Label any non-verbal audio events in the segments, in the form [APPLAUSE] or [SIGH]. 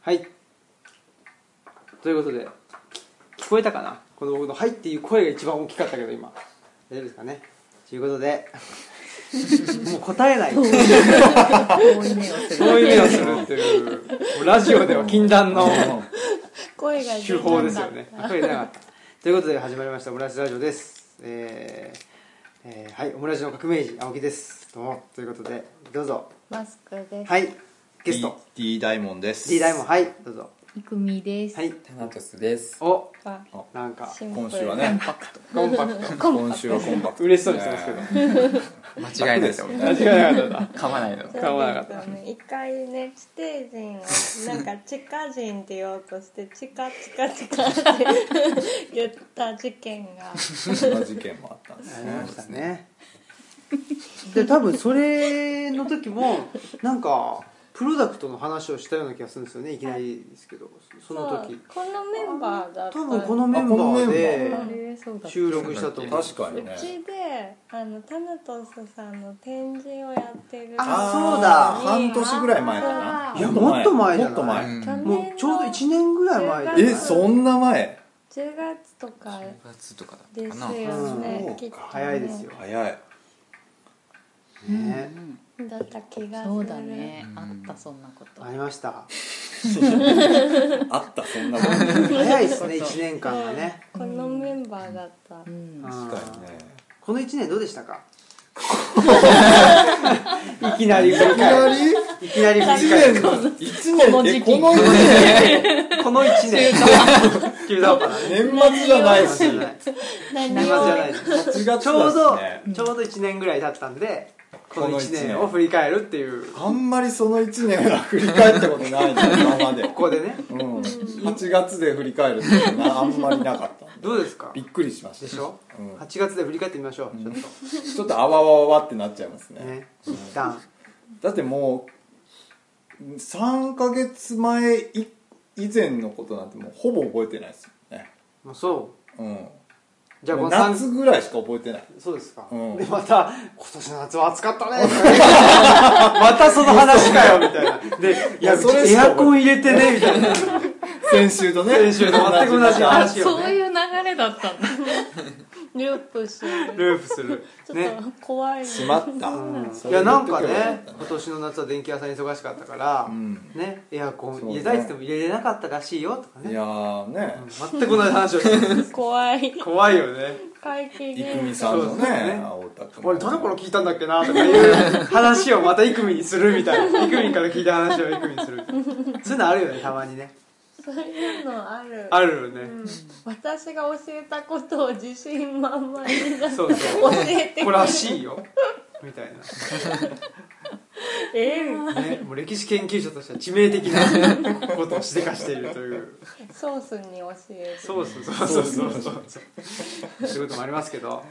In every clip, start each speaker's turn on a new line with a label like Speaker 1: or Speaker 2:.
Speaker 1: はいということで聞こえたかなこの僕の「はい」っていう声が一番大きかったけど今大丈夫ですかねということで [LAUGHS] もう答えない
Speaker 2: 遠い
Speaker 3: [LAUGHS]
Speaker 2: 目をす
Speaker 1: そう
Speaker 2: る。
Speaker 1: いう目をするっていうもうラジオでは禁断 [LAUGHS] の
Speaker 3: 声が
Speaker 1: 手法ですよね声なかったということで始まりましたオムライスラジオですえーえーはいオムライスの革命児青木ですどうもということでどうぞ
Speaker 3: マスクです
Speaker 1: はいゲスト
Speaker 4: D, D ダイモンです
Speaker 1: D 大門はいどうぞ
Speaker 3: いくみです
Speaker 1: はい
Speaker 5: タナトスです
Speaker 1: お
Speaker 3: あ
Speaker 1: なんか
Speaker 3: シンプル
Speaker 4: 今週はね
Speaker 1: コンパク
Speaker 5: 今週はコンパク
Speaker 1: ト嬉しそうにしてますけど
Speaker 5: ト間違いないですよね
Speaker 1: 間違いなかったな
Speaker 5: 噛まないの
Speaker 3: そうですよね一回ね地底人をなんか地下人って言おうとして地下地下地下って言った事件が
Speaker 4: そんな事件もあったんです
Speaker 1: ありましたねで多分それの時もなんかプロダクトの話をしたような気がするんですよねいきなりですけどその時
Speaker 3: このメンバーだった
Speaker 1: 多分このメンバーで
Speaker 3: ありえそうだった
Speaker 1: 収録したと思う
Speaker 4: 確かにね
Speaker 3: うちであのタナトスさんの展示をやってる
Speaker 1: あそうだ
Speaker 4: 半年ぐらい前かない
Speaker 1: いやもっと前じゃな
Speaker 4: もっと
Speaker 1: い
Speaker 4: 前、
Speaker 5: う
Speaker 3: 去年
Speaker 5: ん
Speaker 3: の
Speaker 1: もうちょうど1年ぐらい前じゃない
Speaker 4: えそんな前
Speaker 3: 10月とか
Speaker 5: 10月とかだ
Speaker 3: で
Speaker 5: った
Speaker 3: す
Speaker 5: かな
Speaker 3: よね、
Speaker 4: うん
Speaker 3: きっとね
Speaker 1: 早いですよ
Speaker 4: 早い
Speaker 1: ね
Speaker 3: だった気がする
Speaker 2: そうだね
Speaker 5: う。ん
Speaker 2: あったそんなこと
Speaker 1: あ。りました
Speaker 4: あったそんなこと確
Speaker 1: 早いですね1年間がね
Speaker 3: このメンバーだった、
Speaker 2: うん。 [LAUGHS]
Speaker 4: かにね
Speaker 1: この1年どうでしたか [LAUGHS] いきなり振り
Speaker 4: いきな
Speaker 1: 返る
Speaker 4: り
Speaker 1: いきなり振り
Speaker 4: 一
Speaker 1: 返る
Speaker 4: 年の一
Speaker 2: この
Speaker 4: 年
Speaker 2: 時
Speaker 4: え
Speaker 2: 期
Speaker 4: この一年
Speaker 1: この1年急だったなね
Speaker 4: 年末じゃないし
Speaker 1: 年末じゃない年末じゃない
Speaker 4: 8月だし、ね、
Speaker 1: [LAUGHS] ちょうどちょうど1年ぐらい経ったんでこの1年を振り返るっていう
Speaker 4: あんまりその一年は [LAUGHS] 振り返ったことないね今まで
Speaker 1: ここでね
Speaker 4: うん、8月で振り返るっていうのはあんまりなかった
Speaker 1: [LAUGHS] どうですか
Speaker 4: びっくりしました
Speaker 1: でしょ
Speaker 4: うん
Speaker 1: 8月で振り返ってみましょうちょっ
Speaker 4: ちょっとあわわわわってなっちゃいます
Speaker 1: と
Speaker 4: ね
Speaker 1: ね一旦
Speaker 4: だってもう3ヶ月前い以前のことなんてもうほぼ覚えてないですよね
Speaker 1: もうそ
Speaker 4: うん
Speaker 1: うじゃあこ
Speaker 4: も
Speaker 1: の
Speaker 4: う
Speaker 1: 三
Speaker 4: 夏ぐらいしか覚えてない
Speaker 1: そうですか、
Speaker 4: うん
Speaker 1: でまた「今年の夏は暑かったね」 [LAUGHS] またその話かよ」みたいなで「いやう
Speaker 4: それ
Speaker 1: ち
Speaker 4: し
Speaker 1: エ
Speaker 4: か
Speaker 1: アコン入れてね」みたいな
Speaker 4: 先週とね
Speaker 1: 先週と [LAUGHS] 全く同じ
Speaker 2: あ、
Speaker 1: 話を
Speaker 2: そうい
Speaker 1: ね
Speaker 2: う流れだったんだ。
Speaker 3: [LAUGHS] ループする
Speaker 1: ループする
Speaker 3: ちょ
Speaker 1: ね
Speaker 3: っと怖いね
Speaker 4: しまった、
Speaker 1: いやなんかね今年の夏は電気屋さん忙しかったから、
Speaker 4: うん
Speaker 1: ね、エアコン
Speaker 4: そうね
Speaker 1: 入れたいっつっても入れれなかったらしいよとか
Speaker 4: い
Speaker 1: ね
Speaker 4: やーね
Speaker 1: 全く同じ話をして [LAUGHS] る
Speaker 3: 怖い
Speaker 1: 怖いよね [LAUGHS]
Speaker 3: 会計
Speaker 4: 郁
Speaker 3: ゲ
Speaker 4: 美
Speaker 3: ー
Speaker 4: さんの
Speaker 1: そうです
Speaker 4: ね
Speaker 1: ね
Speaker 4: 青田君
Speaker 1: 俺どの頃聞いたんだっけなとかいう [LAUGHS] 話をまたイクミにするみたいなイクミから聞いた話をイクミにするみたいなそういうのあるよねたまにね
Speaker 3: そういうのある
Speaker 1: あるよね、
Speaker 3: うん、私が教えたことを自信満々になんか
Speaker 1: そうそう
Speaker 3: 教えて
Speaker 1: これらしいよみたい
Speaker 3: えー
Speaker 1: な、ね、もう歴史研究者としては致命的なことをしでかしているという
Speaker 3: ソースに教える
Speaker 1: そうそうそうそうそうそうそうそういうこともありますけど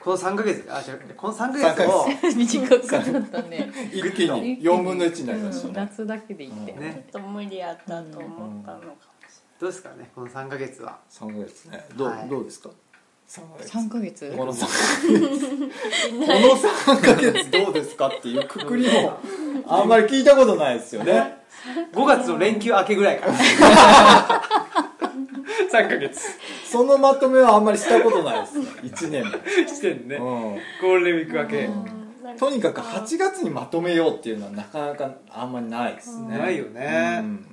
Speaker 1: この3ヶ月あ違うこの3ヶ月を
Speaker 2: 短くなったね。
Speaker 4: 一気に4分の1になりました
Speaker 2: うん
Speaker 4: ね
Speaker 2: 夏だけでいって。
Speaker 1: ね
Speaker 3: ちょっと無理やったと思ったのかもし
Speaker 1: どうですかねこの3ヶ月は
Speaker 4: 3ヶ月ねどう,、
Speaker 1: はい
Speaker 4: どうですか3ヶ月
Speaker 2: 三ヶ月。
Speaker 4: この3ヶ月どうですかっていうくくり
Speaker 1: [LAUGHS]
Speaker 4: もあんまり聞いたことないですよね
Speaker 1: 5月の連休明けぐらいから3ヶ月
Speaker 4: そのまとめはあんまりしたことないですね1年
Speaker 1: してんね
Speaker 4: も、
Speaker 1: ゴールデンウィーク明け
Speaker 3: れない、うんなん
Speaker 4: うん、
Speaker 3: か
Speaker 4: とにかく8月にまとめようっていうのはなかなかあんまりないですね
Speaker 1: ないよね
Speaker 4: うん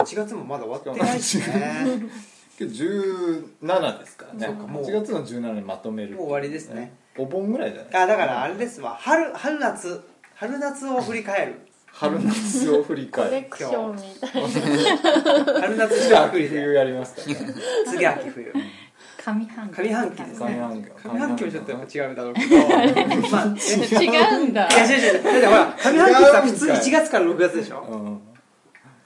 Speaker 1: 8月もまだ終わってないし [LAUGHS] ね
Speaker 4: 今日17ですから
Speaker 1: そ
Speaker 4: ね
Speaker 1: うかもう
Speaker 4: 8月の17にまとめるってい
Speaker 1: もう終わりですね
Speaker 4: お盆ぐらいじゃない
Speaker 1: あだからあれですわ春春夏春夏を振り
Speaker 4: [LAUGHS]
Speaker 1: 返る
Speaker 4: 春夏を振り
Speaker 3: コレ
Speaker 1: [LAUGHS]
Speaker 4: 返る
Speaker 3: クションみたいな
Speaker 1: 春夏し
Speaker 4: じゃあ
Speaker 1: か
Speaker 4: 秋
Speaker 1: り
Speaker 4: 冬
Speaker 1: で
Speaker 4: やりますからね
Speaker 1: 次秋冬
Speaker 2: 上半期。
Speaker 1: 上半期です
Speaker 4: 上
Speaker 1: ね
Speaker 4: 半期
Speaker 1: 上半期もちょっとやっぱ違うだ [LAUGHS] ろうけどまあね
Speaker 2: 違うんだ。
Speaker 1: いや違う違うだってほら上半期さ普通1月から6月でしょ
Speaker 4: うん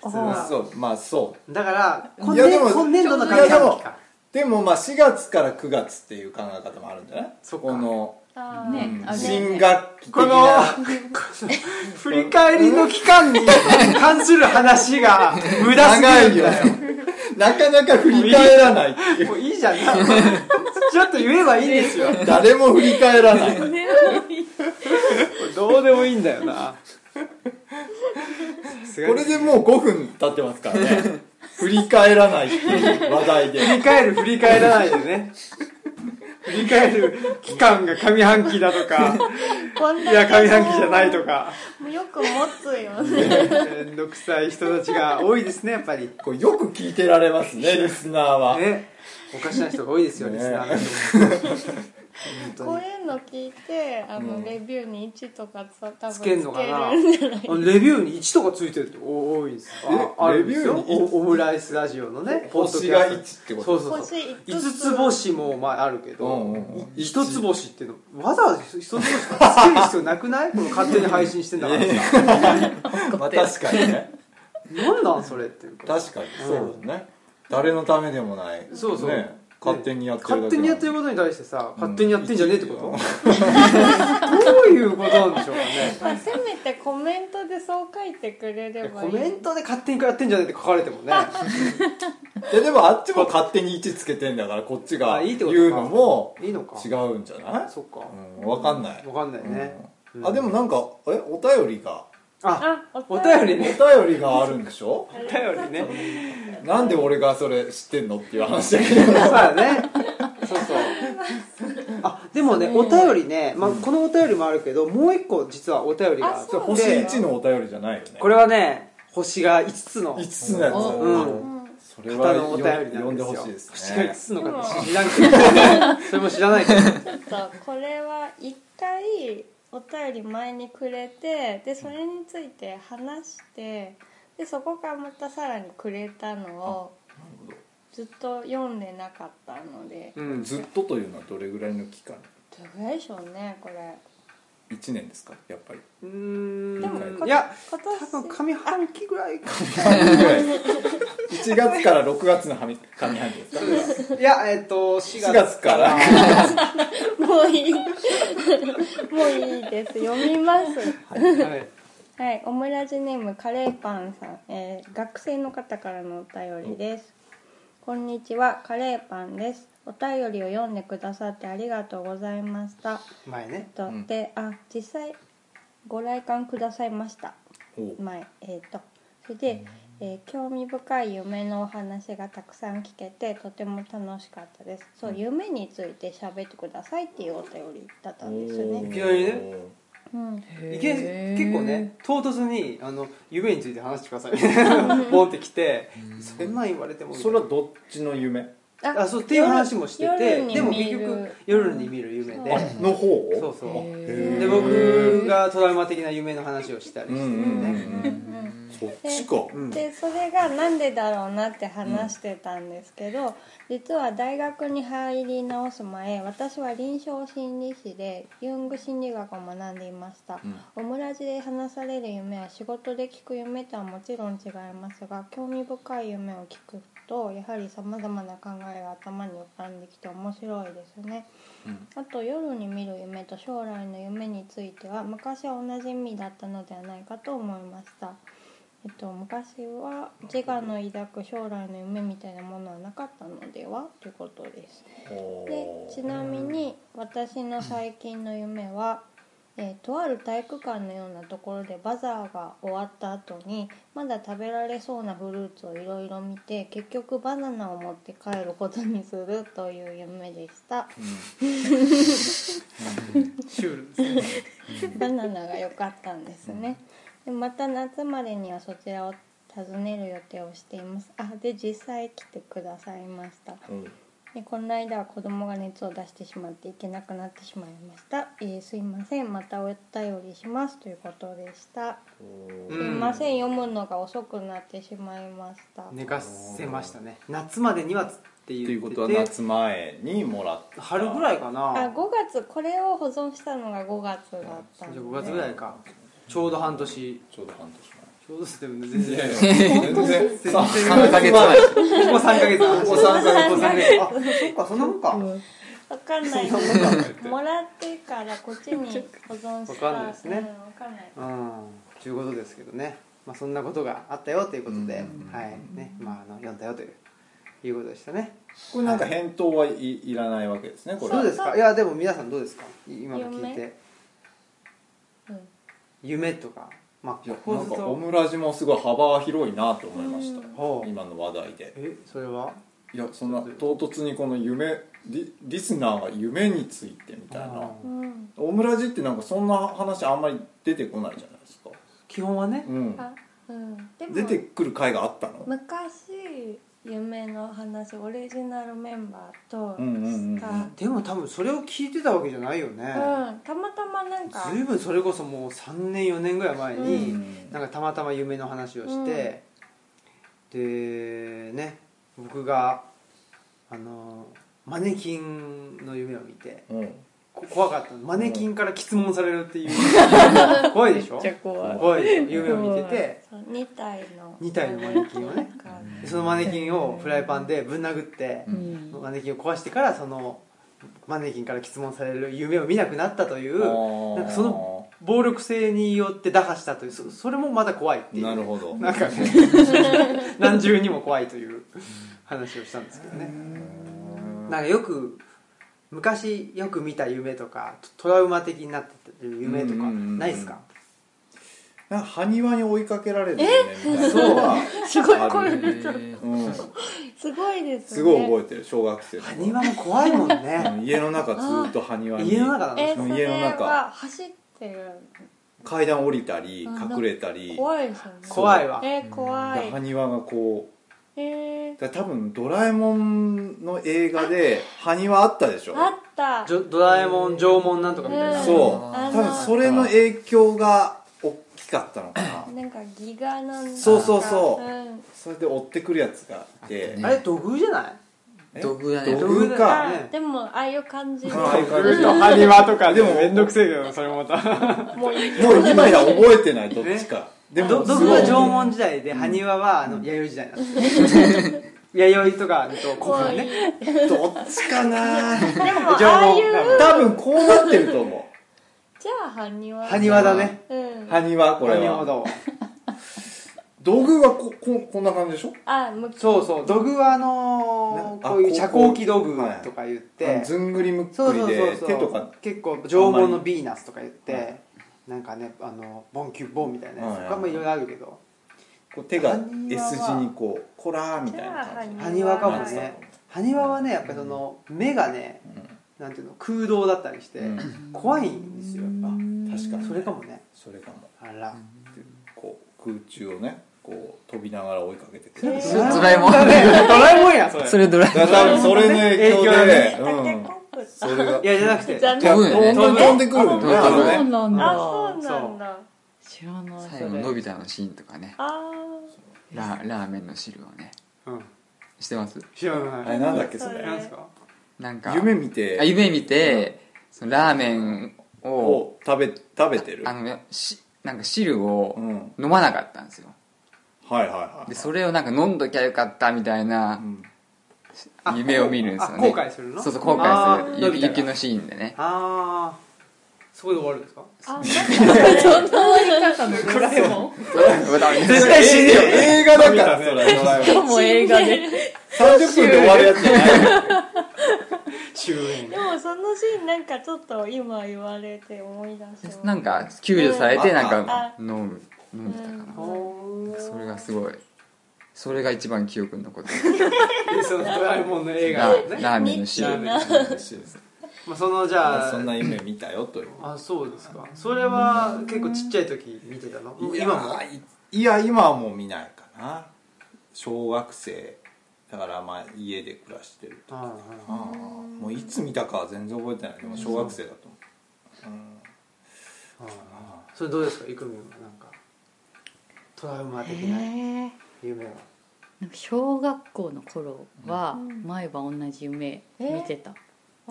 Speaker 1: 普通
Speaker 4: そう
Speaker 1: は
Speaker 4: そうまあそう
Speaker 1: だから今
Speaker 4: いやで
Speaker 1: 年
Speaker 4: も
Speaker 1: 今年度の上
Speaker 4: いやで
Speaker 1: 半期
Speaker 4: も
Speaker 1: か
Speaker 4: でもまあ4月から9月っていう考え方もあるんじゃない
Speaker 1: そっか
Speaker 4: この
Speaker 3: あー
Speaker 2: ね。あ
Speaker 4: 新。学期的
Speaker 1: この
Speaker 4: な
Speaker 1: 振り返りの期間に関する話が無
Speaker 4: [LAUGHS]
Speaker 1: 駄すぎるんだよ
Speaker 4: 長 [LAUGHS] なかなか振り返らないっていう
Speaker 1: もういいじゃんなちょっと言えばいいんですよ
Speaker 4: 誰も振り返
Speaker 1: [LAUGHS]
Speaker 4: らない
Speaker 1: [LAUGHS] どうでもいいんだよなすが
Speaker 4: これでもう5分経ってますから
Speaker 1: [LAUGHS]
Speaker 4: ね振り返らないっていう話題
Speaker 1: 振
Speaker 4: で
Speaker 1: り返る振り返らないでね振り返る期間が上半期だとか
Speaker 3: こん
Speaker 1: い
Speaker 3: だけ
Speaker 1: や上半期じゃないとか
Speaker 3: もうよく持つよね
Speaker 1: めんどくさい人たちが多いですねやっぱり
Speaker 4: これよく聞いてられます
Speaker 1: [LAUGHS]
Speaker 4: ねリスナーは、
Speaker 1: ねおかしな人が多いですよ
Speaker 4: ね
Speaker 1: リスナーが
Speaker 3: こう
Speaker 1: 本
Speaker 3: いうの聞いてあの、
Speaker 4: うん
Speaker 3: レビューに1とかつ多分
Speaker 1: つけんのかな
Speaker 3: つけるんじゃ
Speaker 1: 当にあレビューに1とかついてるって多いんですよ
Speaker 4: え
Speaker 1: ああるんですよ
Speaker 4: レビューに一
Speaker 1: おオムライスラジオのね
Speaker 4: 星が
Speaker 1: ポッドキャス
Speaker 4: 1って
Speaker 1: ト
Speaker 4: こ
Speaker 1: そ
Speaker 4: と
Speaker 1: うそうそう
Speaker 3: 星5つ
Speaker 1: 五つ星もまああるけ
Speaker 4: うん
Speaker 1: ど
Speaker 4: うんうん
Speaker 1: い一つ星っていうのわざわざ一つ星つける必要なくないこ [LAUGHS] の勝手に配信してんだからさ
Speaker 4: まあ確かにね
Speaker 1: なんなんそれっていうか
Speaker 4: 確かにそうだね、誰のためでもない
Speaker 1: そうそう
Speaker 4: ね、勝手にやってるだけ
Speaker 1: 勝手にやってることに対してさ勝手にやってんじゃねえってこと、
Speaker 4: うん
Speaker 1: どういうことなんでしょうかね
Speaker 3: ないまあせめてコメントでそう書いてくれればい
Speaker 1: コ
Speaker 3: い
Speaker 1: メントで勝手にやってんじゃねえって書かれても
Speaker 4: [LAUGHS]
Speaker 1: ね
Speaker 4: ででもあっちも勝手に位置つけてんだからこっちが
Speaker 1: あいい
Speaker 4: 言
Speaker 1: ってことか
Speaker 4: うのも
Speaker 1: いいのか
Speaker 4: 違うんじゃない
Speaker 1: そっか、
Speaker 4: うん、わかんない、
Speaker 1: わかんないね、
Speaker 4: うんあでもなんかえお便りが
Speaker 1: あ
Speaker 3: あお
Speaker 1: お便り
Speaker 4: お
Speaker 1: ね
Speaker 4: 便りがあるんでし
Speaker 1: [LAUGHS]
Speaker 4: ょ
Speaker 1: お便りね
Speaker 4: なんで俺がそれ知ってんのっていう話だけど
Speaker 1: [LAUGHS] そうだねそうそうあでもねお便りね、まあ、このお便りもあるけどもう一個実はお便りがあっ
Speaker 3: あそう
Speaker 4: 星
Speaker 1: て
Speaker 4: 1のお便りじゃないよね
Speaker 1: これはね星が5つの
Speaker 4: 5つのやつ、
Speaker 1: うん
Speaker 4: それ
Speaker 1: 方
Speaker 4: は
Speaker 1: のお便りなんですよ
Speaker 4: 読んでほしいです
Speaker 1: 星が5
Speaker 4: ね
Speaker 1: つの方知らんけどそれも知らないけど
Speaker 3: ちょっとこれは一回お便り前にくれてでそれについて話してでそこからまたさらにくれたのをずっと読んでなかったのでど
Speaker 1: うん
Speaker 4: ずっとというのはどれぐらいの期間
Speaker 3: れぐらいでしょうねこれ
Speaker 4: 1年ですかやっ
Speaker 1: [LAUGHS]
Speaker 4: ぱり
Speaker 1: うー
Speaker 3: こ
Speaker 1: んいや
Speaker 3: 今
Speaker 1: 多分上半期ぐらいか
Speaker 4: 1月から6月の上半期ですか
Speaker 1: いやえっ、と4
Speaker 4: 4月から
Speaker 3: 年もうい [LAUGHS] いもういいです読みます
Speaker 1: はい
Speaker 3: はい、オムラジネームカレーパンさん、えー学生の方からのお便りです。こんにちは、カレーパンです。お便りを読んでくださってありがとうございました。
Speaker 1: 前ね
Speaker 3: と、
Speaker 4: ん
Speaker 3: で、あ、実際ご来館くださいました。
Speaker 4: お
Speaker 3: 前、えっ、と、それで、えー興味深い夢のお話がたくさん聞けてとても楽しかったです。そう、夢について喋ってくださいっていうお便りだったんですよ
Speaker 1: い
Speaker 3: ね。
Speaker 1: きなりね
Speaker 3: うん、
Speaker 1: いきなり結構ね唐突にあの夢について話してください
Speaker 3: [LAUGHS]
Speaker 1: ボンってきてそんなん言われても
Speaker 4: それはどっちの
Speaker 1: [LAUGHS]
Speaker 4: 夢
Speaker 1: あそうっていう話もしててでも結
Speaker 3: 夜に見
Speaker 1: 局
Speaker 3: る
Speaker 1: 夜に見る夢で
Speaker 4: の方を
Speaker 1: そうそう
Speaker 4: へー
Speaker 1: で僕がトラウマ的な夢の話をしたり
Speaker 4: うん
Speaker 1: して
Speaker 4: うん
Speaker 1: る
Speaker 4: うん
Speaker 1: ね
Speaker 4: うんそっちか
Speaker 1: うん
Speaker 3: でそれがなんでだろうなって話してたんですけど、実は大学に入り直す前私は臨床心理士でユング心理学を学んでいました、オムラジで話される夢は仕事で聞く夢とはもちろん違いますが興味深い夢を聞くとやはりさまざまな考えが頭に浮かんできて面白いですね、あと夜に見る夢と将来の夢については昔は同じ意味だったのではないかと思いましたえっと、昔は自我の抱く将来の夢みたいなものはなかったのではということです
Speaker 4: お
Speaker 3: で
Speaker 4: ー
Speaker 3: ちなみに私の最近の夢は、えーとある体育館のようなところでバザーが終わった後にまだ食べられそうなフルーツをいろいろ見て結局バナナを持って帰ることにするという夢でした
Speaker 1: シュールですね
Speaker 3: [LAUGHS] バナナが良かったんですね。でまた夏までにはそちらを訪ねる予定をしています。あで実際来てくださいました。
Speaker 4: うん
Speaker 3: でこの間は子供が熱を出してしまって行けなくなってしまいました。えーすいませんまたお便りしますということでした。
Speaker 1: う
Speaker 3: すい
Speaker 1: ん
Speaker 3: ません読むのが遅くなってしまいました。
Speaker 1: 寝かせましたね夏までにはつって
Speaker 4: ってい
Speaker 1: 言
Speaker 4: う
Speaker 1: っ
Speaker 4: こ
Speaker 1: て
Speaker 4: とは
Speaker 1: て
Speaker 4: 夏前にもらった
Speaker 1: 春ぐらいか
Speaker 3: あ
Speaker 1: な
Speaker 3: 5月これを保存したのが5月だったので
Speaker 1: 5月ぐらいかちょうど半年ち
Speaker 4: ちょうど半
Speaker 1: ょうどでもね全
Speaker 4: 年前いや
Speaker 1: 然
Speaker 4: いや全然さ
Speaker 5: 3ヶ月前
Speaker 1: ここ三ヶ月の話
Speaker 4: ここ三ヶ月
Speaker 1: ここ三ヶ月あそっかそんなもんか
Speaker 3: わかん [LAUGHS] ない
Speaker 1: そんなもんか
Speaker 3: もらってからこ [LAUGHS] っちに保存した
Speaker 1: わかんないですね
Speaker 3: うんわかんない
Speaker 1: うんということですけどね、まあ、そんなことがあったよということで、
Speaker 4: うん
Speaker 1: はいねまあ、あの読んだよといういうことでしたね
Speaker 4: これなんか返答はいいらないわけですねこれ
Speaker 1: どうですかいやでも皆さんどうですかい今の聞いて
Speaker 3: うん
Speaker 1: 夢とかま
Speaker 4: い
Speaker 1: あ
Speaker 4: や
Speaker 1: こ
Speaker 4: な
Speaker 1: うんす
Speaker 4: か
Speaker 1: る
Speaker 4: オ
Speaker 1: と
Speaker 4: ムラジもすごい幅が広いなと思いました
Speaker 1: ほう
Speaker 4: 今の話題で
Speaker 1: えそれはい
Speaker 4: やそんな唐突にこの夢リリスナーが夢についてみたいな
Speaker 3: うん
Speaker 4: オムラジってなんかそんな話あんまり出てこないじゃないですか、
Speaker 1: 基本はね
Speaker 4: うん、
Speaker 3: あうんでも
Speaker 4: 出てくる回があったの
Speaker 3: 昔夢の話オリジナルメンバーと
Speaker 4: うんうんうんうん
Speaker 3: した、うん
Speaker 1: でも多分それを聞いてたわけじゃないよね
Speaker 3: たまたまなんか
Speaker 1: 随分それこそもう3年4年ぐらい前に、
Speaker 4: うん
Speaker 1: なんかたまたま夢の話をして、でね僕があのマネキンの夢を見て
Speaker 4: うん
Speaker 1: こ怖かったのマネキンから質問されるっていう怖いでしょ
Speaker 2: めっちゃ怖い
Speaker 1: 怖いでしょ夢を見てて
Speaker 3: そう2体の
Speaker 1: 二体のマネキンをね
Speaker 3: が
Speaker 1: でそのマネキンをフライパンでぶん殴って
Speaker 5: う、
Speaker 2: うん
Speaker 1: マネキンを壊してからそのマネキンから質問される夢を見なくなったとい
Speaker 4: あ
Speaker 1: う
Speaker 4: ー
Speaker 1: なんかその暴力性によって打破したというそそれもまだ怖いっていう
Speaker 4: なるほど
Speaker 1: なんかね
Speaker 3: [LAUGHS]
Speaker 1: 何重にも怖いという話をしたんですけどねなんかよく昔よく見た夢とかトラウマ的になってる夢と
Speaker 4: うんうん
Speaker 1: か
Speaker 4: うんうん
Speaker 1: ないですか
Speaker 4: なんか埴輪に追いかけられる夢みたいなのが
Speaker 3: すごい
Speaker 4: ある
Speaker 3: 声
Speaker 4: ね
Speaker 5: え
Speaker 4: うん
Speaker 3: すごいですね
Speaker 4: すごい覚えてる小学生の
Speaker 1: 埴輪も怖いもん
Speaker 4: う
Speaker 1: ね
Speaker 4: ん家の中ずっと埴輪に
Speaker 1: 家の中なんで
Speaker 3: え
Speaker 1: しょ
Speaker 3: そ
Speaker 4: 家
Speaker 3: れ
Speaker 4: の中
Speaker 3: は走ってる
Speaker 4: 階段降りたり
Speaker 3: あ
Speaker 4: 隠れたり
Speaker 3: 怖いですよね
Speaker 1: 怖いわ
Speaker 3: え怖
Speaker 4: で
Speaker 3: い
Speaker 4: 埴輪がこう
Speaker 3: えー、
Speaker 4: だから多分「ドラえもん」の映画で埴輪あったでしょ
Speaker 3: あった
Speaker 1: ジョドラえもん縄文なんとかみたいな、
Speaker 3: ん
Speaker 4: そう
Speaker 3: あ
Speaker 4: 多
Speaker 3: の
Speaker 4: 分それの影響が大きかったのかな
Speaker 3: なんかギガなんだ
Speaker 4: そうそうそう
Speaker 3: うん、
Speaker 4: それで追ってくるやつがいて
Speaker 5: ね
Speaker 1: あれ土偶じゃない
Speaker 4: え
Speaker 5: 土偶だね
Speaker 4: 土偶か
Speaker 3: あ
Speaker 1: ね
Speaker 3: でもああいう感じで
Speaker 4: ああいう感じ
Speaker 1: 埴輪とか
Speaker 4: でもめんどく
Speaker 1: せえけどそれもまた
Speaker 3: もういい
Speaker 4: もう今や覚えてないどっちかでも
Speaker 1: [LAUGHS] 土
Speaker 4: す
Speaker 1: 偶
Speaker 4: ごい
Speaker 1: は縄文時代で埴輪はあの弥生時代なんですよ [LAUGHS] 弥生とかあと古
Speaker 3: もう
Speaker 1: 墳
Speaker 3: い
Speaker 1: ね
Speaker 3: い
Speaker 4: どっちかな
Speaker 3: でもああいう
Speaker 4: 多分こうなってると思
Speaker 3: じゃあ埴輪
Speaker 1: 埴輪だね
Speaker 3: うん [LAUGHS]
Speaker 4: う埴輪これ
Speaker 1: 埴輪ほ
Speaker 4: は
Speaker 1: ど
Speaker 4: 道具はこここんな感じでしょ
Speaker 3: あむ
Speaker 1: そうそう土偶はあのー
Speaker 4: なあ
Speaker 1: こういう遮光器土
Speaker 4: こう
Speaker 1: 偶
Speaker 4: こうはい
Speaker 1: とか言っ
Speaker 4: あ
Speaker 1: て
Speaker 4: のずんぐりむっ
Speaker 1: そ
Speaker 4: く
Speaker 1: うそ
Speaker 4: り
Speaker 1: うそう
Speaker 4: で
Speaker 1: そう
Speaker 4: 手とか
Speaker 1: 結構縄文のヴィーナスとか言っ
Speaker 4: は
Speaker 1: て
Speaker 4: い
Speaker 1: なんかねあのボンキュッボンみたいなやつ
Speaker 4: はい
Speaker 1: とかもいろいろあるけど
Speaker 4: こう手が
Speaker 1: 埴輪
Speaker 4: S
Speaker 1: は
Speaker 4: 字にこうコラーみ
Speaker 3: じ
Speaker 4: たい
Speaker 3: ゃ
Speaker 4: な
Speaker 3: あ
Speaker 4: 感じ
Speaker 1: 埴輪かも
Speaker 4: なんだろ
Speaker 1: ね埴輪はねやっぱりその目がねなんていうの空洞だったりして
Speaker 4: うん
Speaker 1: 怖いんですよ
Speaker 4: うんあ確かに
Speaker 1: それかもね
Speaker 4: それかも
Speaker 1: あら
Speaker 4: こう空中をねこう飛びながら追いかけてく
Speaker 3: え
Speaker 4: る
Speaker 3: ー
Speaker 5: ドラえもん
Speaker 1: だね [LAUGHS] ドラえもん [LAUGHS] やそれ
Speaker 5: それドラえ
Speaker 4: だから多分それの影響で
Speaker 3: タケコプタ
Speaker 4: それが
Speaker 1: いやじゃなくて
Speaker 3: じゃなく
Speaker 4: いや
Speaker 5: 飛ぶよね
Speaker 4: 飛んで飛んでくるよね
Speaker 5: え
Speaker 4: あ
Speaker 2: そ
Speaker 4: の
Speaker 2: う
Speaker 4: ね
Speaker 2: なんだ
Speaker 3: あそうなんだ
Speaker 2: 知らない
Speaker 5: 最後ののび太のシーンとかね
Speaker 3: あ
Speaker 5: ララーメンの汁をね
Speaker 1: うん
Speaker 5: してます
Speaker 1: 知らな
Speaker 4: あれ
Speaker 1: い
Speaker 4: なんだっけそ
Speaker 3: それ
Speaker 4: れ
Speaker 1: なんですか
Speaker 5: なんか
Speaker 4: 夢見て
Speaker 5: あ夢見てそのラーメンを
Speaker 4: を食べ食べてる
Speaker 5: あのねしなんか汁を
Speaker 4: うん
Speaker 5: 飲まなかったんですよ
Speaker 4: はいはいはい
Speaker 5: でそれをなんか飲んどきゃよかったみたいな
Speaker 4: うん
Speaker 1: あ
Speaker 5: 夢を見るんですよ
Speaker 1: あ後
Speaker 5: ね
Speaker 1: 悔するの
Speaker 5: そうそう後悔
Speaker 1: あ
Speaker 5: す
Speaker 1: ー
Speaker 5: る
Speaker 1: の
Speaker 5: ゆ
Speaker 1: び太が
Speaker 5: 雪のシーン
Speaker 1: [LAUGHS]
Speaker 5: でね [LAUGHS]
Speaker 1: ああそこで終わるんですか
Speaker 3: ああなんか
Speaker 2: そんな終わり方のドラえもん
Speaker 5: 絶
Speaker 1: 対死ねよ
Speaker 4: 映画だからそれドラえもん
Speaker 2: 今日も映画で
Speaker 4: 30分で終わるやつじゃ
Speaker 5: [LAUGHS]
Speaker 4: ない
Speaker 1: 終焉
Speaker 3: でもそのシーンなんかちょっと今言われて思い出しま
Speaker 5: なんか救助されて
Speaker 4: うん
Speaker 5: なん
Speaker 3: あ
Speaker 5: か飲む飲んでたかな
Speaker 1: お
Speaker 5: それ
Speaker 1: ー
Speaker 5: がすごいそれが一番記憶に残って
Speaker 1: でそのドラえもんの映
Speaker 5: る
Speaker 1: 画
Speaker 5: ラ
Speaker 1: のね
Speaker 5: ーラーメンの汁
Speaker 1: ラーメンまあそのじ
Speaker 4: ま
Speaker 1: ゃ
Speaker 4: あ
Speaker 1: あ
Speaker 4: そんな夢見たよという
Speaker 1: あそうですかそれは結構ちっちゃい時見てたの
Speaker 4: いや
Speaker 1: 今も
Speaker 4: いいや今はもう見ないかな小学生だからまあ家で暮らしてると
Speaker 1: ああ
Speaker 4: ああもういつ見たかは全然覚えてないでも小学生だと思う、うん
Speaker 1: ああそれどうですかイクミンはなんかトラウマ的な
Speaker 2: え
Speaker 1: 夢は
Speaker 2: なんか小学校の頃は
Speaker 3: うん
Speaker 2: 毎晩同じ夢見てた、
Speaker 3: す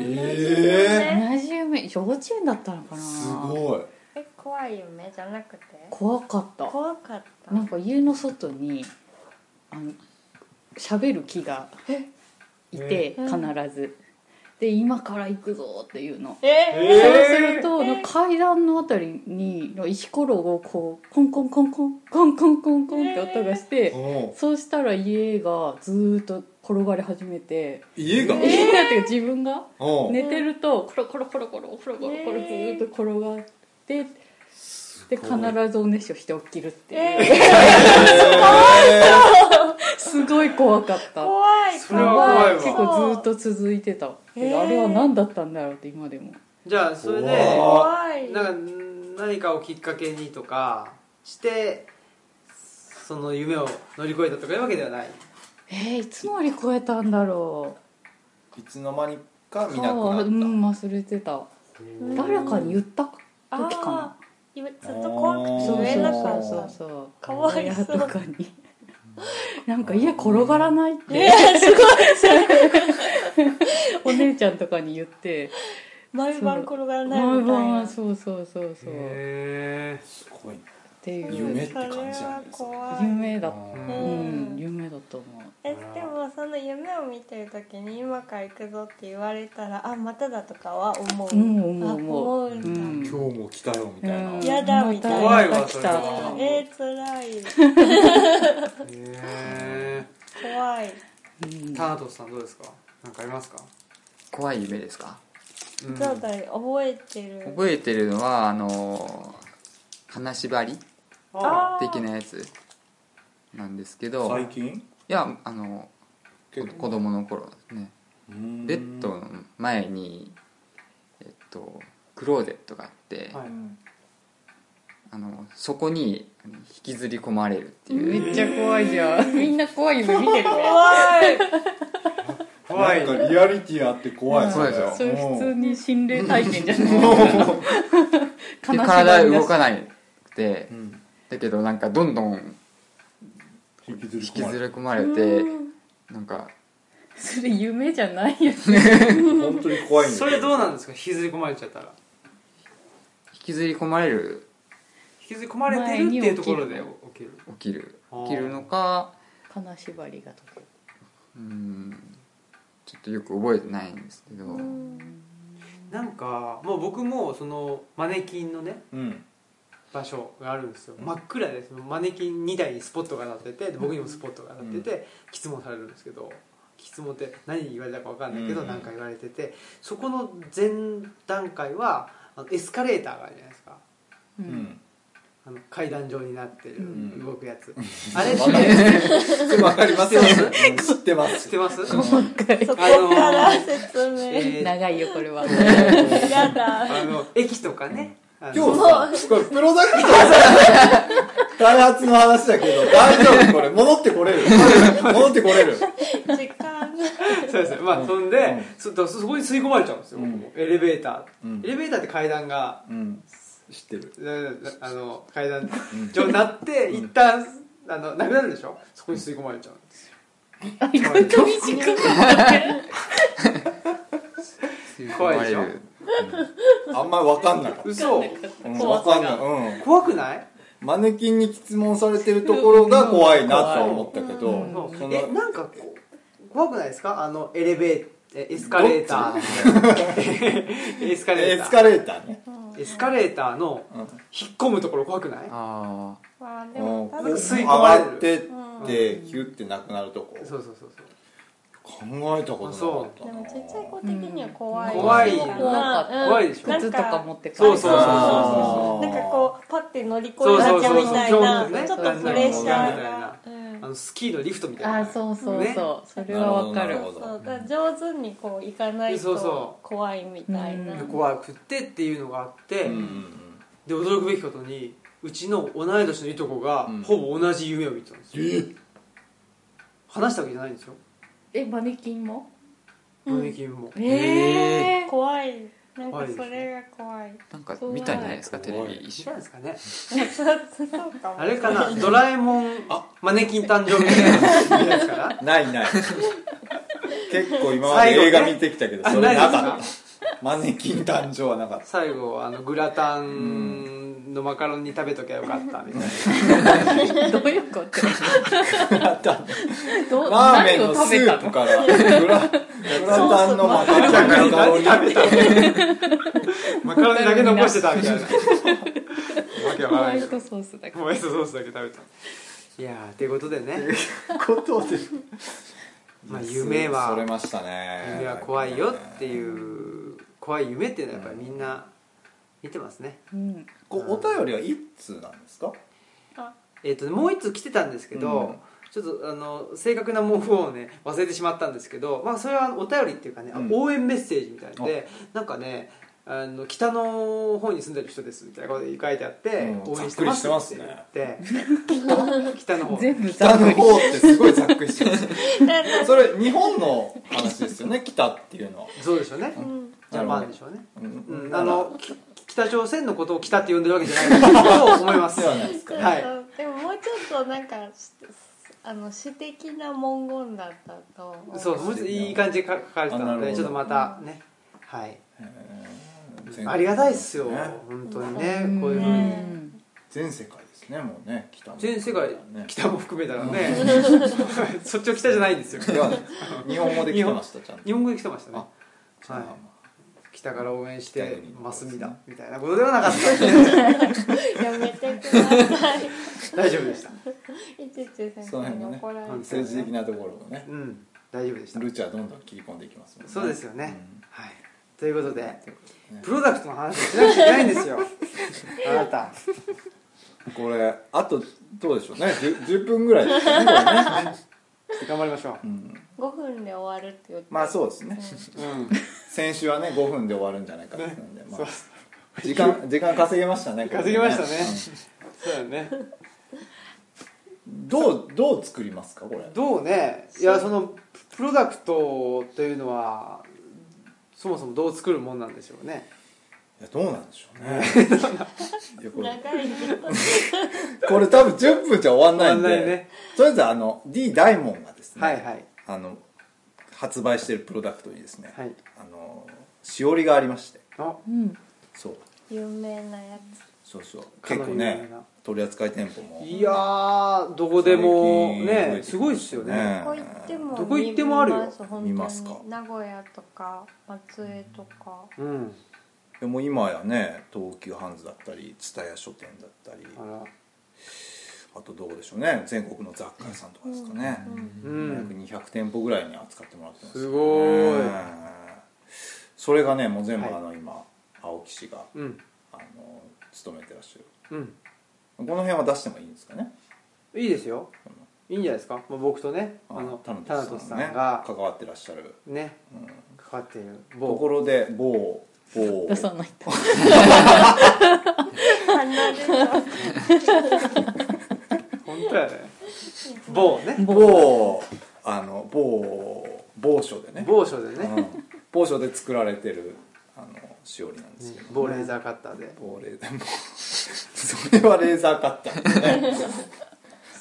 Speaker 4: え
Speaker 3: え
Speaker 2: 同じ夢幼稚園だったのかな
Speaker 4: すごい
Speaker 3: え怖い夢じゃなくて
Speaker 2: 怖かった
Speaker 3: 怖かった
Speaker 2: なんか家の外にあの喋る木がいて
Speaker 3: え
Speaker 2: 必ずで今から行くぞっていうの
Speaker 3: え
Speaker 1: えー
Speaker 2: そうすると
Speaker 3: えー
Speaker 2: 階段のあたりにの石ころをこうコンコンコンコンコンコンコンコンって音がして
Speaker 4: おう
Speaker 2: そうしたら家がずーっと転がり始めて
Speaker 4: 家が、
Speaker 3: え
Speaker 2: 家だっていうか自分が
Speaker 4: おう
Speaker 2: 寝てるとコロコロコロコロコロコロコロずーっと転がって
Speaker 4: す
Speaker 2: で必ずおねしょして起きるっていう、
Speaker 3: え
Speaker 2: すごい怖かった
Speaker 3: ー、怖い
Speaker 1: それは怖いわ
Speaker 2: 結構ずっと続いてた、
Speaker 3: えー
Speaker 2: あれは何だったんだろうって今でも
Speaker 1: じゃあそれで
Speaker 4: 怖
Speaker 3: 怖い
Speaker 1: なんか何かをきっかけにとかしてその夢を乗り越えたとかいうわけではない
Speaker 2: えー、いつ乗り越えたんだろ
Speaker 4: いつの間にか
Speaker 2: う
Speaker 4: 見なく
Speaker 2: う
Speaker 4: なった、
Speaker 2: ん忘れてた
Speaker 3: うん
Speaker 2: 誰かに言った時
Speaker 3: あ
Speaker 2: か
Speaker 3: ー今ちょっと怖
Speaker 2: な
Speaker 3: く
Speaker 4: ー
Speaker 3: て
Speaker 2: そう
Speaker 3: 言えなかった
Speaker 2: そうそうそう
Speaker 3: かわいそう
Speaker 2: 親とかになんか家転がらないって
Speaker 3: すごい
Speaker 2: お姉ちゃんとかに言って
Speaker 3: 毎晩転がらない
Speaker 2: 毎
Speaker 3: みたい
Speaker 2: 晩
Speaker 3: な
Speaker 2: そうそうそうそうっ
Speaker 1: へ
Speaker 4: すごいね
Speaker 2: ていう
Speaker 4: 夢って
Speaker 3: それ
Speaker 4: 感じや
Speaker 3: は
Speaker 4: ね
Speaker 3: 怖い
Speaker 2: 夢だっ
Speaker 1: え
Speaker 2: た
Speaker 3: う
Speaker 2: うんん、夢だと思う
Speaker 3: えでもその夢を見てる時に今から行くぞって言われたらあまただとかは思う、
Speaker 2: うん思う
Speaker 3: あ
Speaker 2: 思う
Speaker 3: 思うんだ、
Speaker 2: うん
Speaker 4: 今日も来たよみたいな、
Speaker 2: うん
Speaker 3: やだみたいな
Speaker 1: 怖いわ
Speaker 2: また来
Speaker 1: それは
Speaker 2: た
Speaker 3: えー、辛い
Speaker 1: へ
Speaker 3: 怖い
Speaker 2: うん
Speaker 1: タナトスさんどうですかなんかありますか
Speaker 5: 怖い夢ですか
Speaker 1: うん
Speaker 3: そうだよ覚えてる
Speaker 5: 覚えてるのはあのー金縛り
Speaker 1: あ
Speaker 3: あー
Speaker 5: 的なやつなんですけど
Speaker 4: 最
Speaker 5: い
Speaker 4: 近
Speaker 5: やあの
Speaker 4: 結構
Speaker 5: 子供の頃ね
Speaker 4: うん
Speaker 5: ベッドの前にえっとクローゼットがあって、
Speaker 1: は
Speaker 3: う
Speaker 1: い
Speaker 3: ん
Speaker 5: あのそこにあの引きずり込まれるっていう、
Speaker 2: めっちゃ怖いじゃんみんな怖い夢見てるね
Speaker 3: 怖い
Speaker 1: 怖い
Speaker 4: なんかリアリティあって怖い
Speaker 5: 怖いですよ
Speaker 2: それ普通
Speaker 4: に
Speaker 2: に心霊体験じゃない
Speaker 5: で体動か
Speaker 2: い
Speaker 5: なくて、だけどなんかどんどん
Speaker 4: [LAUGHS] 引きずり
Speaker 5: 引き
Speaker 4: 込まれ
Speaker 5: ずり
Speaker 4: る
Speaker 5: 込まれてなんか
Speaker 2: それ夢じゃないよね
Speaker 4: 本当に怖いんだ
Speaker 1: それどうなんですか引きずり込まれちゃったら
Speaker 5: 引きずり込まれる
Speaker 1: 引きずり込まれてるっていうところで
Speaker 2: 前に
Speaker 1: 起きる
Speaker 5: 起きる
Speaker 1: あー
Speaker 5: 起きるのか
Speaker 2: 金縛りが解ける
Speaker 5: うんちょっとよく覚えてないんですけど、
Speaker 1: なんかもう僕もそのマネキンのね
Speaker 4: うん
Speaker 1: 場所があるんですよ真っ暗ですマネキン2台にスポットが当たっててで僕にもスポットが当たってて、質問されるんですけど質問って何言われたか分かんないけど
Speaker 4: うん
Speaker 1: 何か言われててそこの前段階はあのエスカレーターがあるじゃないですか
Speaker 2: う
Speaker 4: うん
Speaker 1: あの階段状になってる
Speaker 4: ん
Speaker 1: 動くや
Speaker 4: [LAUGHS]
Speaker 1: つ、あれっ
Speaker 4: わかる
Speaker 1: て
Speaker 4: わかりますようん知ってま
Speaker 1: 知っ
Speaker 4: す
Speaker 1: て
Speaker 4: [LAUGHS]
Speaker 1: ます
Speaker 3: そこから説明
Speaker 1: えー
Speaker 2: 長いよこれは [LAUGHS]
Speaker 3: や
Speaker 1: [LAUGHS]
Speaker 3: だ
Speaker 1: あの駅とかねあの
Speaker 4: 今日さすごいプロダクトのさ開発の話だけど大丈夫これ戻ってこれ
Speaker 2: [LAUGHS]
Speaker 4: る戻ってこれる
Speaker 3: 時間
Speaker 1: そうですねまあ
Speaker 4: うん
Speaker 1: 飛んで、
Speaker 4: うん
Speaker 1: そそそこに吸い込まれちゃうんですよ、
Speaker 4: うん
Speaker 1: 僕もエレベーター、
Speaker 4: うん
Speaker 1: エレベーターって階段が
Speaker 4: うん知ってる
Speaker 1: ななあの階段状になって一旦あのなくなるでしょそこに吸い込まれちゃうんです
Speaker 2: 意外と短かったね
Speaker 5: 吸い込
Speaker 1: 怖い
Speaker 5: ま
Speaker 1: でし
Speaker 5: れ
Speaker 1: ょ
Speaker 5: る
Speaker 4: あんま分かんなかった
Speaker 1: 嘘
Speaker 4: うん
Speaker 2: 怖
Speaker 4: 分か
Speaker 2: さ
Speaker 4: ん
Speaker 2: が
Speaker 4: ないうん
Speaker 1: 怖くない
Speaker 4: マネキンに質問されてるところが怖いなとは思ったけど、
Speaker 2: うん
Speaker 1: そう
Speaker 4: その
Speaker 1: えなんかこう怖くないですかあのエレベーえエスカレーターエスカレー
Speaker 4: エ
Speaker 1: タ
Speaker 4: ス
Speaker 1: ー
Speaker 4: カレーターね、
Speaker 1: エスカレーターの
Speaker 4: うん
Speaker 1: 引っ込むところ怖くない
Speaker 5: ああ
Speaker 3: まあで
Speaker 4: うん、
Speaker 3: も
Speaker 1: な
Speaker 3: 多
Speaker 1: ん
Speaker 3: 分
Speaker 1: か吸い
Speaker 4: 上
Speaker 1: 込まれる
Speaker 4: がってって
Speaker 3: うん
Speaker 4: ヒュってなくなるとこ
Speaker 1: そうそうそうそう
Speaker 4: 考えたことなかった
Speaker 3: で
Speaker 4: な
Speaker 3: もちっちゃい子的には怖い、
Speaker 1: うん怖い
Speaker 3: かな
Speaker 1: 怖
Speaker 2: かった
Speaker 3: うん
Speaker 1: 怖いでしょ
Speaker 3: な
Speaker 2: 靴
Speaker 3: ん
Speaker 2: とか持って帰る
Speaker 1: そうそうそう
Speaker 4: あー
Speaker 3: なんかこうパッて乗り越えられちゃうみたいな
Speaker 1: そうそうそう
Speaker 3: ち
Speaker 1: そ
Speaker 3: ょ
Speaker 1: う
Speaker 3: っとプレッシャーが、
Speaker 1: う
Speaker 3: うん
Speaker 1: あのスキーのリフトみたいな
Speaker 2: あそうそう
Speaker 1: ね
Speaker 2: そうそれはわか
Speaker 4: な
Speaker 2: る
Speaker 4: るほど
Speaker 3: そうだから上手にこう行かない
Speaker 1: そうそ
Speaker 3: と怖いみたいな、
Speaker 2: うん
Speaker 1: 怖くってっていうのがあって、
Speaker 4: うんうん
Speaker 1: で驚くべきことにうちの同い年のいとこが、
Speaker 4: うん
Speaker 1: ほぼ同じ夢を見てたんですよ
Speaker 4: うん
Speaker 1: 話したわけじゃないんですよ
Speaker 2: えマネキンも
Speaker 1: 胸キンも、
Speaker 5: え
Speaker 3: 怖いなんかそれが怖い
Speaker 5: なんか見たんじゃないですかテレ
Speaker 4: 怖い
Speaker 5: ビ
Speaker 1: 知
Speaker 5: 一緒
Speaker 1: らないですかね
Speaker 3: そうかも
Speaker 1: あれかなドラえもんマネキン誕生日みたいな話じゃないですから
Speaker 4: ないない結構今まで映画見てきたけど
Speaker 1: あ
Speaker 4: それなか
Speaker 1: ないで
Speaker 4: ったマネキン誕生はなかった
Speaker 1: 最後あのグラタンのマカロンに食べときゃよかったみたいな
Speaker 2: どういうことどう
Speaker 4: ラーメン
Speaker 2: 何
Speaker 4: の
Speaker 2: を
Speaker 4: ス
Speaker 2: 食べた
Speaker 4: ープ
Speaker 2: の
Speaker 4: からグラグラタンのマカロンの香
Speaker 1: 何
Speaker 4: り
Speaker 1: 食べたのマカロンだけ残してたみ [LAUGHS] たいなわけわ
Speaker 2: ホ
Speaker 1: から
Speaker 2: ワ
Speaker 1: ない
Speaker 2: イ
Speaker 1: けど
Speaker 2: トソースだけ
Speaker 1: ホワイトソースだけ食べたいやーっていうことでね
Speaker 4: ことで
Speaker 1: まあ夢
Speaker 4: それ
Speaker 1: は
Speaker 4: ましたね
Speaker 1: 夢は怖いよっていう怖い夢っていうのはやっぱりみんな見てますね
Speaker 2: うん
Speaker 4: こうお便りは一通なんですか
Speaker 3: あ
Speaker 1: えっ、とねもう一つ来てたんですけど、
Speaker 4: うん
Speaker 1: ちょっとあの正確な文言をね忘れてしまったんですけど、まあ、それはお便りっていうかね、
Speaker 4: うん
Speaker 1: 応援メッセージみたいでなんかねあの北の方に住んでる人ですみたいなこと書いてあって、
Speaker 4: うん
Speaker 1: 応援してます
Speaker 4: ざっくりしてます
Speaker 1: って
Speaker 4: ね
Speaker 1: 言って [LAUGHS] 北
Speaker 2: [LAUGHS]
Speaker 1: の方
Speaker 2: 全部ざ
Speaker 4: 北の
Speaker 2: っくり
Speaker 4: 方ってすごいざっくりしてます
Speaker 1: [LAUGHS]
Speaker 4: それ日本の話ですよね北っていうのは
Speaker 1: そうでしょうね
Speaker 3: うん
Speaker 1: ジャパンでしょうね、
Speaker 4: うん
Speaker 1: うん、あのき北朝鮮のことを北って呼んでるわけじゃないと思います
Speaker 4: ではないですかね
Speaker 1: はい
Speaker 3: そうでももうちょっとなんかしあの詩的な文言だったと思
Speaker 1: そうもうちょっといい感じで書書かれてた
Speaker 4: あ
Speaker 1: の
Speaker 4: なるほ
Speaker 1: で
Speaker 4: ど
Speaker 1: ちょっとまたねはい
Speaker 4: 全国
Speaker 1: ありがたいっすよ、
Speaker 4: ね
Speaker 1: 本当にね、
Speaker 2: うん
Speaker 1: こういうふう
Speaker 3: ね
Speaker 1: に
Speaker 2: うん
Speaker 4: 全世界ですねもうね北の
Speaker 1: 全世界、
Speaker 4: ね
Speaker 1: 北も含めたらね [LAUGHS] そっちは北じゃないんですよ
Speaker 4: ではない日本語で来てましたちゃんと
Speaker 1: 日本語で来てましたね
Speaker 4: あじゃあ
Speaker 1: はい北から応援し
Speaker 4: 北
Speaker 1: て
Speaker 4: 国
Speaker 1: ますみだみたいなことではなかった
Speaker 3: やめてください
Speaker 1: 大丈夫でした
Speaker 3: いちいち先
Speaker 4: その
Speaker 3: 生
Speaker 4: 辺
Speaker 3: に
Speaker 4: のね
Speaker 3: 怒られてる
Speaker 4: 政治的なところをね
Speaker 1: うん大丈夫でした
Speaker 4: ルチはどんどん切り込んでいきますもんね
Speaker 1: そうですよね、
Speaker 4: うん
Speaker 1: はいということで
Speaker 4: ね
Speaker 1: プロダクトの話をしなきゃいけないんです [LAUGHS] よあなた
Speaker 4: これあとどうでしょうね 10, 10分ぐらいですかねこれね、
Speaker 1: [LAUGHS] 頑張りましょう
Speaker 4: うん、
Speaker 3: 5分で終わるって言って
Speaker 4: まあそうですね
Speaker 1: うん
Speaker 4: 先週はね5分で終わるんじゃないかってなんで、ま
Speaker 1: そう
Speaker 4: あ、時間時間稼げましたねこれ
Speaker 1: 稼ぎましたねそうだね
Speaker 4: うんどうどう作りますかこれ
Speaker 1: どうねいやそのプロダクトというのはそもそもどう作るもんなんでしょうね
Speaker 4: いやどうなんでしょうね [LAUGHS] いやこれ
Speaker 3: 長い
Speaker 4: これ多分10分じゃ終わんないんで
Speaker 1: 終わんないね
Speaker 4: とりあえずあの D ダイモンがですね、
Speaker 1: はいはい
Speaker 4: あの発売してるプロダクトにですね、
Speaker 1: はい
Speaker 4: あのしおりがありまして
Speaker 1: あ
Speaker 2: うん
Speaker 4: そう
Speaker 3: 有名なや
Speaker 4: そうそう
Speaker 1: か
Speaker 4: 結
Speaker 1: なり
Speaker 4: 構
Speaker 1: 有名
Speaker 4: ね
Speaker 1: な
Speaker 4: 取り扱い店舗も
Speaker 1: いやーどこでもね
Speaker 4: 最近
Speaker 1: すごいっすよね
Speaker 3: つどこ行っても
Speaker 1: どこ行ってもあるよ
Speaker 3: 見ます本当に
Speaker 4: 見ますか
Speaker 3: 名古屋とか松江とか
Speaker 1: うん
Speaker 4: でも今やね東急ハンズだったり蔦屋書店だったり
Speaker 1: あら
Speaker 4: あとどうでしょうね全国の雑貨屋さんとかですかね、
Speaker 3: う
Speaker 1: う
Speaker 3: ん
Speaker 1: ん
Speaker 4: 約200店舗ぐらいに扱ってもらってます、ね、
Speaker 1: すごーい
Speaker 4: それがねもう全部
Speaker 1: はい
Speaker 4: あの今、青木氏が
Speaker 1: うん
Speaker 4: あの勤めてらっしゃる
Speaker 1: うん
Speaker 4: この辺は出してもいいんですかね
Speaker 1: いいですよいいんじゃないですか、まあ、僕とねあ
Speaker 4: あ
Speaker 1: の
Speaker 4: 田
Speaker 1: タ
Speaker 4: 野
Speaker 1: ナトスさんが
Speaker 4: 関わってらっしゃる、
Speaker 1: ね
Speaker 4: うん
Speaker 1: かかっている
Speaker 4: とこ
Speaker 1: 某
Speaker 4: ろで某某
Speaker 2: [LAUGHS] 出さないと
Speaker 3: 離れた
Speaker 1: 本当やね某ね
Speaker 4: 某あの某某所でね
Speaker 1: 某所でね
Speaker 4: うん某所で作られてるあのしおりなんですけど、
Speaker 1: 某レーザーカッターで
Speaker 4: 某レーザーそれはレーザーカッターだ [LAUGHS] ね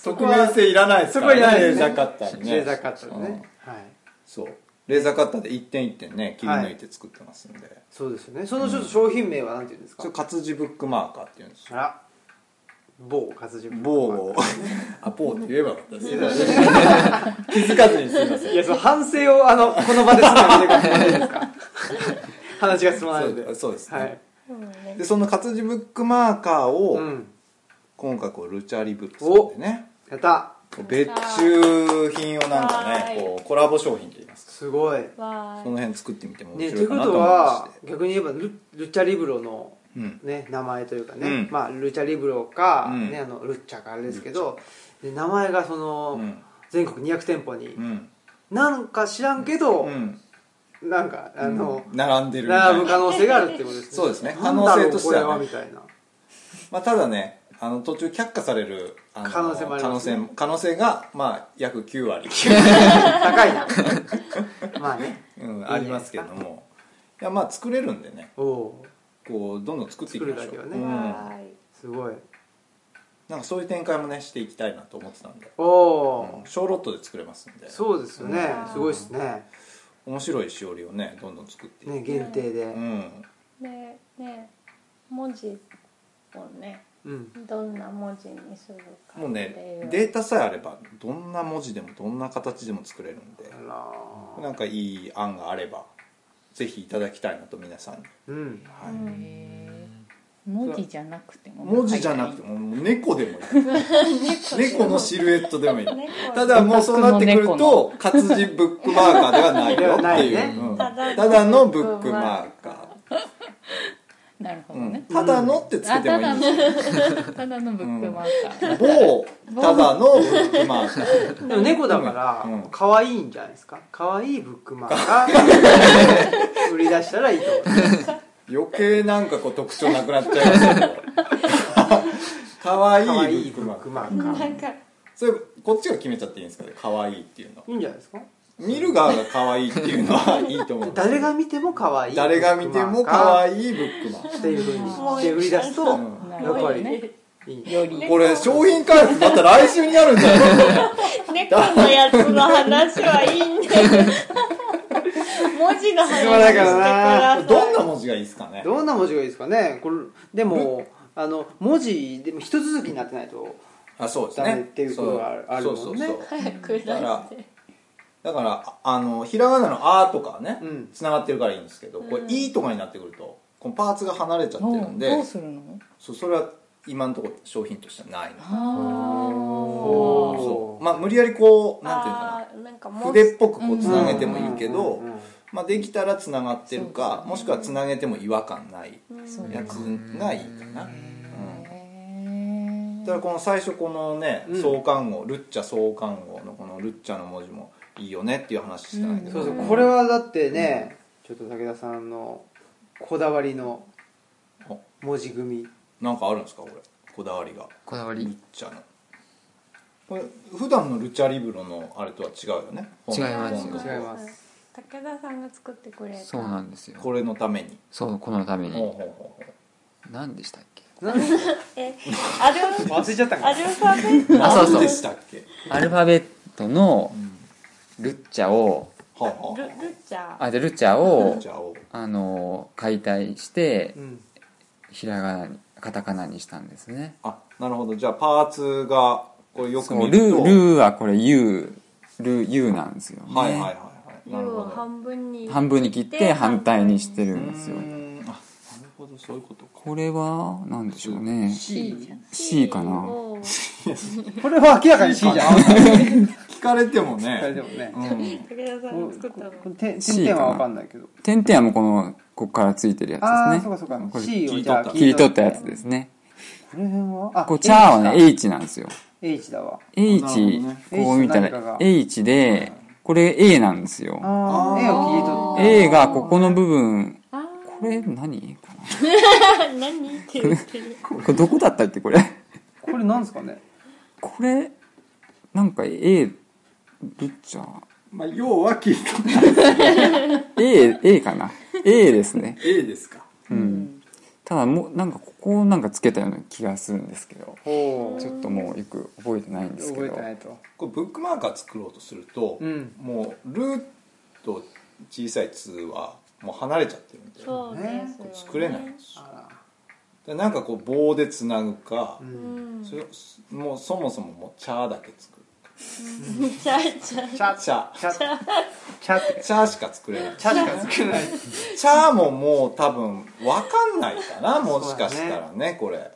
Speaker 4: 匿名性いらないですから、ね、
Speaker 1: そこはいらないで
Speaker 4: レー
Speaker 1: すね
Speaker 4: ザーカッターにね
Speaker 1: レーザーカッターで
Speaker 4: うん
Speaker 1: ねはい
Speaker 4: そうレーザーカッターで一点一点ね切り抜いて作ってますんで、
Speaker 1: そうですよねそのちょっと商品名はなんていうんです
Speaker 4: そ
Speaker 1: か
Speaker 4: れ活字ブックマーカーっていうんです
Speaker 1: あ
Speaker 4: よ
Speaker 1: ら某活字
Speaker 4: 某 [LAUGHS] あ某って言えばよかったです
Speaker 1: いや
Speaker 4: ね気づかずにすみません
Speaker 1: いやその反省をあのこの場で伝えてくださいです
Speaker 4: [LAUGHS]
Speaker 1: か話が進まないの
Speaker 4: そう
Speaker 1: で
Speaker 4: そうですね、
Speaker 1: はい
Speaker 3: そうね
Speaker 4: でその活字ブックマーカーを、
Speaker 1: うん
Speaker 4: 今回こうルチャリブックスでね
Speaker 1: やった
Speaker 4: こう別注品をなんか
Speaker 3: は
Speaker 4: ね
Speaker 3: い
Speaker 4: こうコラボ商品といいますか
Speaker 1: すごいね
Speaker 3: わ
Speaker 4: その辺作ってみても
Speaker 1: と
Speaker 4: 面
Speaker 1: い
Speaker 4: 白いうか
Speaker 1: こ
Speaker 4: なと
Speaker 1: と
Speaker 4: 思いま
Speaker 1: は
Speaker 4: して
Speaker 1: 逆に言えばルルチャリブロの
Speaker 4: うん
Speaker 1: ね名前というかね、
Speaker 4: うん
Speaker 1: まあルチャリブロか、
Speaker 4: うん
Speaker 1: ねあのルッチャかあれですけどで名前がその、
Speaker 4: うん
Speaker 1: 全国200店舗に、
Speaker 4: うん
Speaker 1: なんか知らんけど
Speaker 4: う、ん
Speaker 1: なんかあの、
Speaker 4: 並んでるみたい
Speaker 1: 並ぶ可
Speaker 4: な
Speaker 1: 能性があるってことですね
Speaker 4: そうですね
Speaker 1: なんだろ
Speaker 4: 可能性としてはね
Speaker 1: これみたいな
Speaker 4: まあただねあの途中却下されるあの
Speaker 1: 可能性もありますね
Speaker 4: 可能性可能性がまあ約9割、
Speaker 1: [LAUGHS] 高
Speaker 4: [LAUGHS]
Speaker 1: いなまあね
Speaker 4: うん、ありますけどもいやまあ作れるんでね
Speaker 1: おお
Speaker 4: こうどんどん作っていきましょう
Speaker 1: 作るだけは
Speaker 4: う
Speaker 1: ね
Speaker 3: ー
Speaker 4: ん、
Speaker 3: わーい
Speaker 1: すごい
Speaker 4: なんかそういう展開もねしていきたいなと思ってたんで
Speaker 1: お
Speaker 4: うん
Speaker 1: お、
Speaker 4: 小ロットで作れますんで
Speaker 1: そうですよね、
Speaker 3: うん
Speaker 1: すごいですね
Speaker 4: 面白いしおりをねどんどん作っていく
Speaker 1: ね限定で、
Speaker 4: うん
Speaker 3: ねね文字をね
Speaker 1: うん
Speaker 3: どんな文字にするか
Speaker 4: もう
Speaker 3: ってい
Speaker 4: ね
Speaker 3: う
Speaker 4: データさえあればどんな文字でもどんな形でも作れるんで
Speaker 1: あらー
Speaker 4: なんかいい案があればぜひいただきたいなと皆さんに、
Speaker 1: うん
Speaker 4: はい
Speaker 2: 文字じゃなくても
Speaker 4: 文字じゃなくて
Speaker 2: も
Speaker 4: ももう猫でもいい猫のシルエットでもいい
Speaker 3: 猫
Speaker 4: ただもうそうなってくると活字ブックマーカーではないよっていう
Speaker 1: ではないね
Speaker 4: うん
Speaker 3: ただの
Speaker 4: ただのブックマーカー
Speaker 2: なるほど
Speaker 4: う
Speaker 2: ね
Speaker 4: ん、、ただのってつ
Speaker 2: あ
Speaker 4: けて
Speaker 2: た
Speaker 4: もい
Speaker 2: だ
Speaker 4: い
Speaker 2: の
Speaker 4: し
Speaker 2: [LAUGHS] ただのブックマーカー、
Speaker 4: 某ただのブックマーカー
Speaker 1: でも猫だから
Speaker 4: うん
Speaker 1: 可愛いんじゃないですか可愛いブックマンが
Speaker 4: [LAUGHS]
Speaker 1: 売り出したらいいと思う
Speaker 4: 余計なんかこう特徴なくなっちゃいますけど可愛
Speaker 1: 可
Speaker 4: い
Speaker 1: 愛い
Speaker 4: ブ
Speaker 1: ブ
Speaker 4: ッ
Speaker 1: ッ
Speaker 4: ク
Speaker 1: ク
Speaker 4: マ
Speaker 1: マ
Speaker 4: ー
Speaker 1: ーカー
Speaker 4: カー
Speaker 3: なんか
Speaker 4: それこっちが決めちゃっていいんですかね可愛いっていうの
Speaker 1: いいんじゃないですか
Speaker 4: 見る側が可愛いっていうのはいいと思
Speaker 1: [LAUGHS]
Speaker 4: う
Speaker 1: 誰が見ても可愛い
Speaker 4: 誰が見ても可
Speaker 1: い
Speaker 4: 愛いブックマー
Speaker 1: っていうふうにして売り出すと
Speaker 4: カー、
Speaker 2: な
Speaker 1: や
Speaker 2: るほ
Speaker 1: っ
Speaker 2: ど
Speaker 1: ぱ
Speaker 2: ね
Speaker 1: りいい
Speaker 2: より
Speaker 4: うんこれ商品開発また来週にあるんじゃないですか
Speaker 3: 猫のやつの話はいいんだよ文字の話して
Speaker 1: 進
Speaker 3: く
Speaker 1: まないから
Speaker 3: ださ
Speaker 1: ない
Speaker 4: [LAUGHS] どんな文字がいいですかね
Speaker 1: どんな文字がいいですかねこれでもあの文字でも一続きになってないと
Speaker 4: あそうです
Speaker 1: ダメ
Speaker 4: ね
Speaker 1: っていうことがあるあるもんね
Speaker 4: そうそうそう
Speaker 2: 早く
Speaker 3: 出して
Speaker 4: だからだからああのひらがなの「あ」とかはね
Speaker 1: うん
Speaker 4: つながってるからいいんですけどこれ
Speaker 3: う
Speaker 4: 「
Speaker 3: ん
Speaker 4: い」とかになってくるとこのパーツが離れちゃってるん
Speaker 2: ど
Speaker 4: で
Speaker 2: うするの
Speaker 4: そうそれは今のところ商品としてはないの
Speaker 1: おー
Speaker 2: あ
Speaker 4: そうまあ無理やりこうなんていうのか
Speaker 3: あーなんか
Speaker 4: な
Speaker 3: もう
Speaker 4: 筆っぽくこうつなげてもいいけ
Speaker 1: う
Speaker 4: ど
Speaker 1: んうんうん
Speaker 4: まあできたらつながってるかもしくはつなげても違和感ない
Speaker 3: うん
Speaker 2: そう
Speaker 4: やつがいいかなうん
Speaker 2: ーへ
Speaker 4: だからこの最初このね
Speaker 1: うん
Speaker 4: 創刊号ルッチャ創刊号のこのルッチャの文字もいいよねっていう話してたんだけ
Speaker 1: そ
Speaker 4: ど
Speaker 1: うそう
Speaker 2: うん
Speaker 1: これはだってね、ちょっと武田さんのこだわりの
Speaker 4: お
Speaker 1: 文字組み
Speaker 4: なんかあるんですかこれこだわりが
Speaker 5: こだわ
Speaker 4: ルッ
Speaker 5: り
Speaker 4: チャのこれ普段のルチャリブロのあれとは違うよね
Speaker 5: 違います
Speaker 1: 違い
Speaker 5: よ
Speaker 1: ます
Speaker 3: 武田さんが作ってくれた
Speaker 5: そうなんですよ
Speaker 4: これのために
Speaker 5: そうこのた
Speaker 4: ほ
Speaker 5: め
Speaker 4: うほ
Speaker 5: に
Speaker 4: うほうほ
Speaker 5: 何でしたっけ
Speaker 1: なんで
Speaker 3: えアル
Speaker 1: 忘れちゃったんか
Speaker 3: ア
Speaker 1: な
Speaker 3: ルファベット
Speaker 4: う
Speaker 5: あそうそう
Speaker 4: 何でしたっけ
Speaker 5: アルファベットの
Speaker 4: うん
Speaker 5: ルッチャを
Speaker 4: はあは
Speaker 3: ルル
Speaker 4: あ
Speaker 3: ッチャ
Speaker 5: あでルッチャ
Speaker 4: ル
Speaker 5: を
Speaker 4: ッチャを
Speaker 5: あの解体して
Speaker 1: うん
Speaker 5: ひらがなにカタカナにしたんですね
Speaker 4: あなるほどじゃあパーツがこれよく
Speaker 5: そ
Speaker 4: 見
Speaker 5: うル
Speaker 4: ると
Speaker 5: ールーはこれ U ルー U なんですよ、ね
Speaker 4: はいはいはいはいなる
Speaker 3: ル
Speaker 4: ほ
Speaker 3: を
Speaker 4: ど
Speaker 3: 半分に
Speaker 5: 半分に切って反対にしてる
Speaker 4: うん
Speaker 5: ですよ
Speaker 4: ーんあなるほどそういうことか
Speaker 5: これは何でしょうね
Speaker 2: C じゃん
Speaker 5: C かな
Speaker 3: を
Speaker 1: これは明らかに C じゃん
Speaker 4: 聞かれても
Speaker 1: あれで
Speaker 4: ね、
Speaker 1: もね
Speaker 4: うん、
Speaker 3: 武田さんが作ったの
Speaker 1: この点
Speaker 5: C
Speaker 1: 点々は分かんないけど
Speaker 5: 点々はもうこのここからついてるやつ
Speaker 1: ああー
Speaker 5: です
Speaker 1: そう
Speaker 5: ね
Speaker 1: かそう
Speaker 5: こ
Speaker 1: か
Speaker 5: れ
Speaker 1: C をじゃあ
Speaker 5: 切り取ったやつですね
Speaker 1: この辺はあ
Speaker 5: こうチャーはね
Speaker 1: H
Speaker 5: H なんですよ
Speaker 1: だ H だわ
Speaker 5: H
Speaker 4: なるほどね
Speaker 5: こう見
Speaker 1: H
Speaker 5: た
Speaker 1: と何からが
Speaker 5: H でこれ A なんですよ
Speaker 1: あー A を切り取って
Speaker 5: A がここの部分
Speaker 3: あ
Speaker 5: これ何か
Speaker 3: ー何って言ってる
Speaker 5: なこれどこだったっけこれ [LAUGHS]
Speaker 1: これなんですかね
Speaker 5: これなんか A ルッチャー
Speaker 4: まあ要は聞いた
Speaker 5: A, A かな A ですね
Speaker 4: A ですか
Speaker 5: うんただもうなんかここをなんかつけたような気がするんですけど
Speaker 1: ほう
Speaker 5: ちょっともうよく覚えてないんですけ
Speaker 1: 覚え
Speaker 5: ど
Speaker 1: てないと
Speaker 4: これブックマーカー作ろうとすると、
Speaker 1: うん
Speaker 4: もうルーと小さい「つ」はもう離れちゃってるんで
Speaker 3: そうですよね
Speaker 4: 作れないんですよ
Speaker 1: あ
Speaker 4: でなんかこう棒でつなぐか
Speaker 1: らう、
Speaker 3: うんん
Speaker 4: それもうそもそももう「チャーだけ作る
Speaker 3: ちゃちゃ
Speaker 1: チャ
Speaker 4: 「チャー
Speaker 1: チャチャって」
Speaker 4: チャーしか作れない「
Speaker 1: チャしかつけない
Speaker 4: チャー」ももう多分分かんないかなもしかしたらねこれ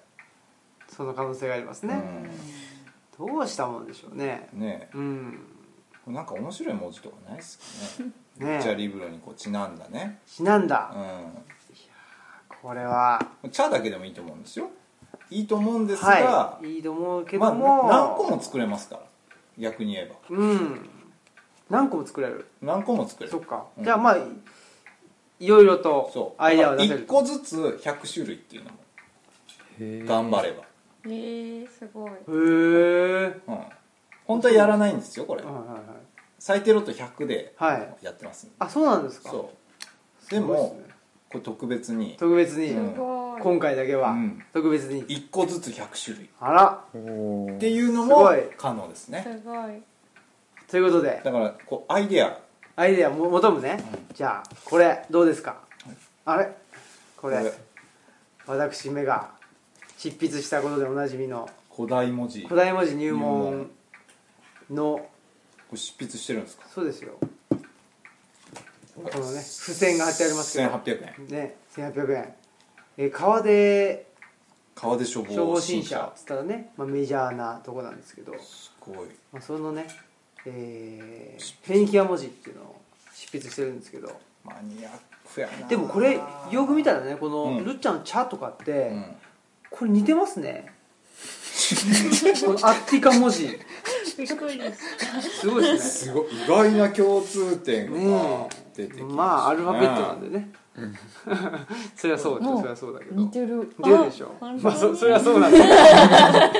Speaker 1: その可能性がありますね、どうしたもんでしょうね
Speaker 4: うんねえ
Speaker 1: うん
Speaker 4: これなんか面白い文字とかないですかね
Speaker 1: ね
Speaker 4: チャリブロにこうちなんだね
Speaker 1: ちなんだ
Speaker 4: うん
Speaker 1: これは
Speaker 4: 茶だけでもいいと思うんですよいいと思うんですが、
Speaker 1: はいいいと思うけ
Speaker 4: まあ
Speaker 1: ども、
Speaker 4: 何個も作れますから逆に言えば
Speaker 1: うん何個も作れる
Speaker 4: 何個も作れ
Speaker 1: そっ
Speaker 4: る
Speaker 1: か、
Speaker 4: うん
Speaker 1: じゃあまあいいろいろと
Speaker 4: そう
Speaker 1: アイデアを出せ
Speaker 4: 1
Speaker 1: る
Speaker 4: 個ずつ100種類っていうのも頑張れば、
Speaker 3: えー、すごい
Speaker 1: へえ
Speaker 4: うん、本当はやらないんですよこれ、
Speaker 1: はいはいはい
Speaker 4: 最低ロット100で
Speaker 1: はい
Speaker 4: やってますんで、
Speaker 1: あそうなんですか
Speaker 4: そう
Speaker 1: す
Speaker 4: で
Speaker 1: ごいっす
Speaker 4: も
Speaker 1: ね
Speaker 4: これ特別に
Speaker 1: 特別に、
Speaker 4: うん
Speaker 3: すごい
Speaker 1: 今回だけは、
Speaker 4: うん
Speaker 1: 特別に
Speaker 4: 1個ずつ100種類っ
Speaker 1: あら
Speaker 5: おー
Speaker 4: ていうの
Speaker 1: す
Speaker 4: も
Speaker 1: ごい
Speaker 4: 可能ですね
Speaker 3: すごい
Speaker 1: ということで
Speaker 4: だからこうアイデア
Speaker 1: アイデアも求むね、じゃあこれどうですか、あれこ
Speaker 4: こ
Speaker 1: れ
Speaker 4: れ
Speaker 1: 私目が執筆したことでおなじみの
Speaker 4: 古代文字
Speaker 1: 古代文字入
Speaker 4: 入
Speaker 1: 門の
Speaker 4: これ執筆してるんですか
Speaker 1: そうですよこのね付箋が貼ってありますけど
Speaker 4: 1800円
Speaker 1: ね1800円えー川で
Speaker 4: 川出消防
Speaker 1: 消防新社っつったらね、まあ、メジャーなとこなんですけど、
Speaker 4: すごい
Speaker 1: まあ、そのねえーフェニキア文字っていうのを執筆してるんですけど
Speaker 4: マニアックやな
Speaker 1: でもこれよく見たらねこの
Speaker 4: うん
Speaker 1: るっちゃんの「茶」とかって、
Speaker 4: うん
Speaker 1: これ似てますねこのアッティカ文字
Speaker 3: びっくりし
Speaker 1: すごいですね
Speaker 4: すごい意外な共通点が
Speaker 1: ね
Speaker 4: 出て
Speaker 1: え
Speaker 4: きましたね
Speaker 1: まあアルファベットなんでね [LAUGHS] そりゃそうだよそりゃそうだけど
Speaker 2: 似てる
Speaker 1: 出るでしょ
Speaker 3: あ
Speaker 1: まあ
Speaker 3: 本当
Speaker 1: そ
Speaker 3: に
Speaker 1: そりゃそうなんだけど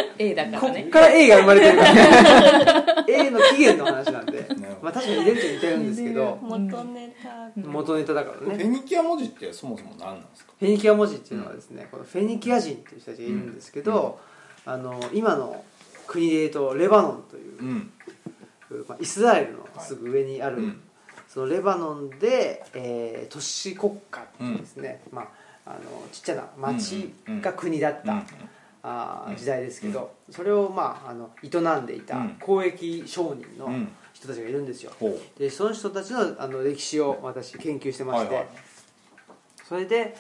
Speaker 1: [LAUGHS]
Speaker 6: A だから
Speaker 1: こ
Speaker 6: ね
Speaker 1: っから A が生まれてるから [LAUGHS] A の起源の話なんで
Speaker 4: ほど
Speaker 1: まあ確かに似てるっちゃ似てるんですけど
Speaker 3: た元ネタ
Speaker 1: 元ネタだから
Speaker 4: フ
Speaker 1: ね
Speaker 4: ェニキア文字ってそもそも何なんですか
Speaker 1: フェニキア文字っていうのはですね、このフェニキア人っていう人たちがいるんですけど、あの今の国でいうとレバノンという
Speaker 4: う、ん
Speaker 1: まあ、イスラエルのすぐ上にある、
Speaker 4: うん
Speaker 1: そのレバノンで、えー都市国家っていうですね、まあ、あのちっちゃな町が国だった、あー時代ですけど、それを、まあ、あの営んでいた
Speaker 4: うん
Speaker 1: 交易商人の
Speaker 4: うん
Speaker 1: 人たちがいるんですよ、
Speaker 4: ほう
Speaker 1: でその人たちのあの歴史を私研究してまして、
Speaker 4: はいはい
Speaker 1: それで、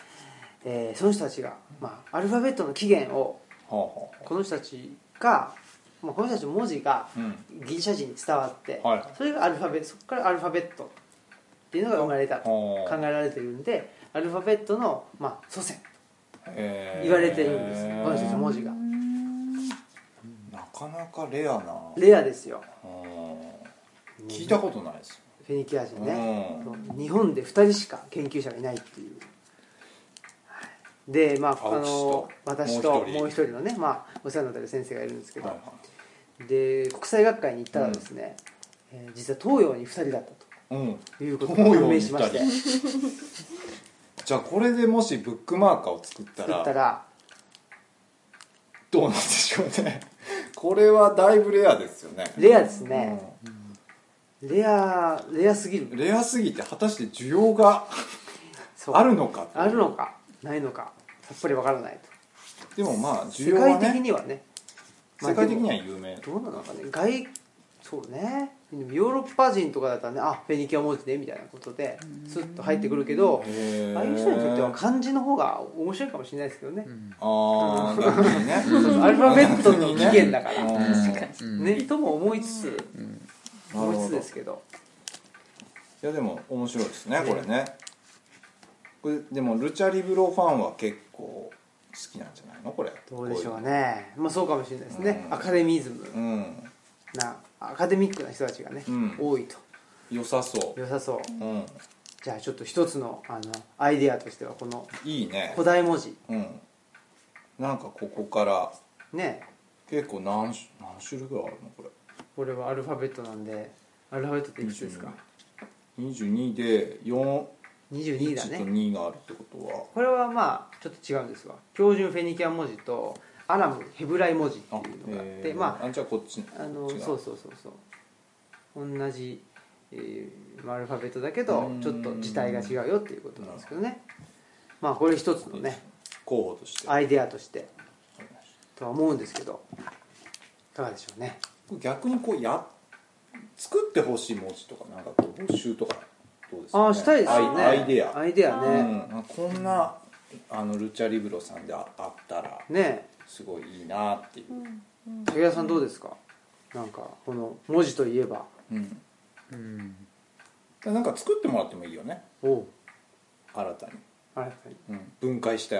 Speaker 1: えーその人たちが、まあ、アルファベットの起源を
Speaker 4: はあはあ
Speaker 1: この人たちが、まあ、この人たちの文字が
Speaker 4: うん
Speaker 1: ギリシャ人に伝わって、
Speaker 4: はい
Speaker 1: それがアルファベットそこからアルファベットっていうのが生まれたと考
Speaker 4: はあ
Speaker 1: えられているんでアルファベットの、まあ、祖先
Speaker 4: えー
Speaker 1: 言われてるんです、この人たちの文字が
Speaker 4: なかなかレアな
Speaker 1: レアですよ
Speaker 4: うん聞いたことないです
Speaker 1: フェニキア人ね
Speaker 4: う
Speaker 1: 日本で2人しか研究者がいないっていうでまああの
Speaker 4: 青
Speaker 1: 私
Speaker 4: 木
Speaker 1: と
Speaker 4: と
Speaker 1: も
Speaker 4: も
Speaker 1: う
Speaker 4: う一人
Speaker 1: 一人のね、まあ、お世話になってる先生がいるんですけど、
Speaker 4: はい
Speaker 1: で国際学会に行ったらですね、えー実は東洋に2人だった
Speaker 4: はいうん
Speaker 1: ということが
Speaker 4: 東
Speaker 1: 判
Speaker 4: 洋
Speaker 1: 明
Speaker 4: に
Speaker 1: し
Speaker 4: 行
Speaker 1: ま
Speaker 4: っ
Speaker 1: して
Speaker 4: たり [LAUGHS] じゃあこれでもしブックマーカーを作った
Speaker 1: 作
Speaker 4: ら
Speaker 1: ったら
Speaker 4: どうなんでしょうねこれはだいぶレアですよね
Speaker 1: レアですね、レアレアすぎ
Speaker 4: うん
Speaker 1: る
Speaker 4: レアすぎて果たして需要が
Speaker 1: そう
Speaker 4: あるのかっていう
Speaker 1: あるのかないのかさっぱりわからないと
Speaker 4: でもまあ
Speaker 1: 世
Speaker 4: 需要はね
Speaker 1: 界的にはねまあ
Speaker 4: 世界的には有名
Speaker 1: どうなのかね外そうねでもヨーロッパ人とかだったらねあフェニキア文字ねみたいなことでスッと入ってくるけど
Speaker 4: へー
Speaker 1: ああいう人にとっては漢字の方が面白いかもしれないですけどね、
Speaker 4: ああ逆にね
Speaker 1: [LAUGHS] アルファベットの起源だから、
Speaker 4: うん
Speaker 5: うん
Speaker 1: ねとも思いつつ、
Speaker 4: なる
Speaker 1: 思いつ
Speaker 4: ほ
Speaker 1: つ
Speaker 4: どい
Speaker 1: ですけど
Speaker 4: やでも面白いですねこれねこれでもルチャリブロファンは結構好きなんじゃないのこれ
Speaker 1: どうでしょうねまあそうかもしれないですね、
Speaker 4: うん
Speaker 1: アカデミズム
Speaker 4: こういうのうん
Speaker 1: なアカデミックな人たちがね、
Speaker 4: うん
Speaker 1: 多いと
Speaker 4: 良さそ
Speaker 1: 良さそう
Speaker 4: ううん
Speaker 1: じゃあちょっと一つのあのアイデアとしてはこの
Speaker 4: いいね
Speaker 1: 古代文字
Speaker 4: うんなんかここから
Speaker 1: ね
Speaker 4: 結構何種何種類ぐらいあるのこれ
Speaker 1: これはアルファベットなんでアルファベットっていくつですか
Speaker 4: 22で4
Speaker 1: 22だ
Speaker 4: 1と
Speaker 1: ね
Speaker 4: 2があるってことは
Speaker 1: これはまあちょっと違うんですわ標準フェニキア文字とアラムヘブライ文字っていうのがあって
Speaker 4: えー
Speaker 1: ま
Speaker 4: あじゃあこっち
Speaker 1: ああの
Speaker 4: 違
Speaker 1: そうそうそうそう同じ、えーまあアルファベットだけど
Speaker 4: うん
Speaker 1: ちょっと字体が違うよっていうことなんですけどねまあこれ一つのね
Speaker 4: 候補として
Speaker 1: アイデアとしてとは思うんですけどいかがでしょうね
Speaker 4: これ逆にこうや作ってほしい文字とかなんかこう募集とかどうですか、ね、
Speaker 1: ああしたいですよね
Speaker 4: アイアイデア
Speaker 1: アイデアね、
Speaker 4: うん、こんなあのルチャリブロさんでああったら
Speaker 1: ね
Speaker 4: すごいいいなっていう、
Speaker 1: 武田さんどうですかなんかこの文字といえば
Speaker 4: うん、
Speaker 5: うん
Speaker 4: なんか作ってもらってもいいよね
Speaker 1: おう
Speaker 4: 新たに、
Speaker 1: あれやっぱり
Speaker 4: うん、分解した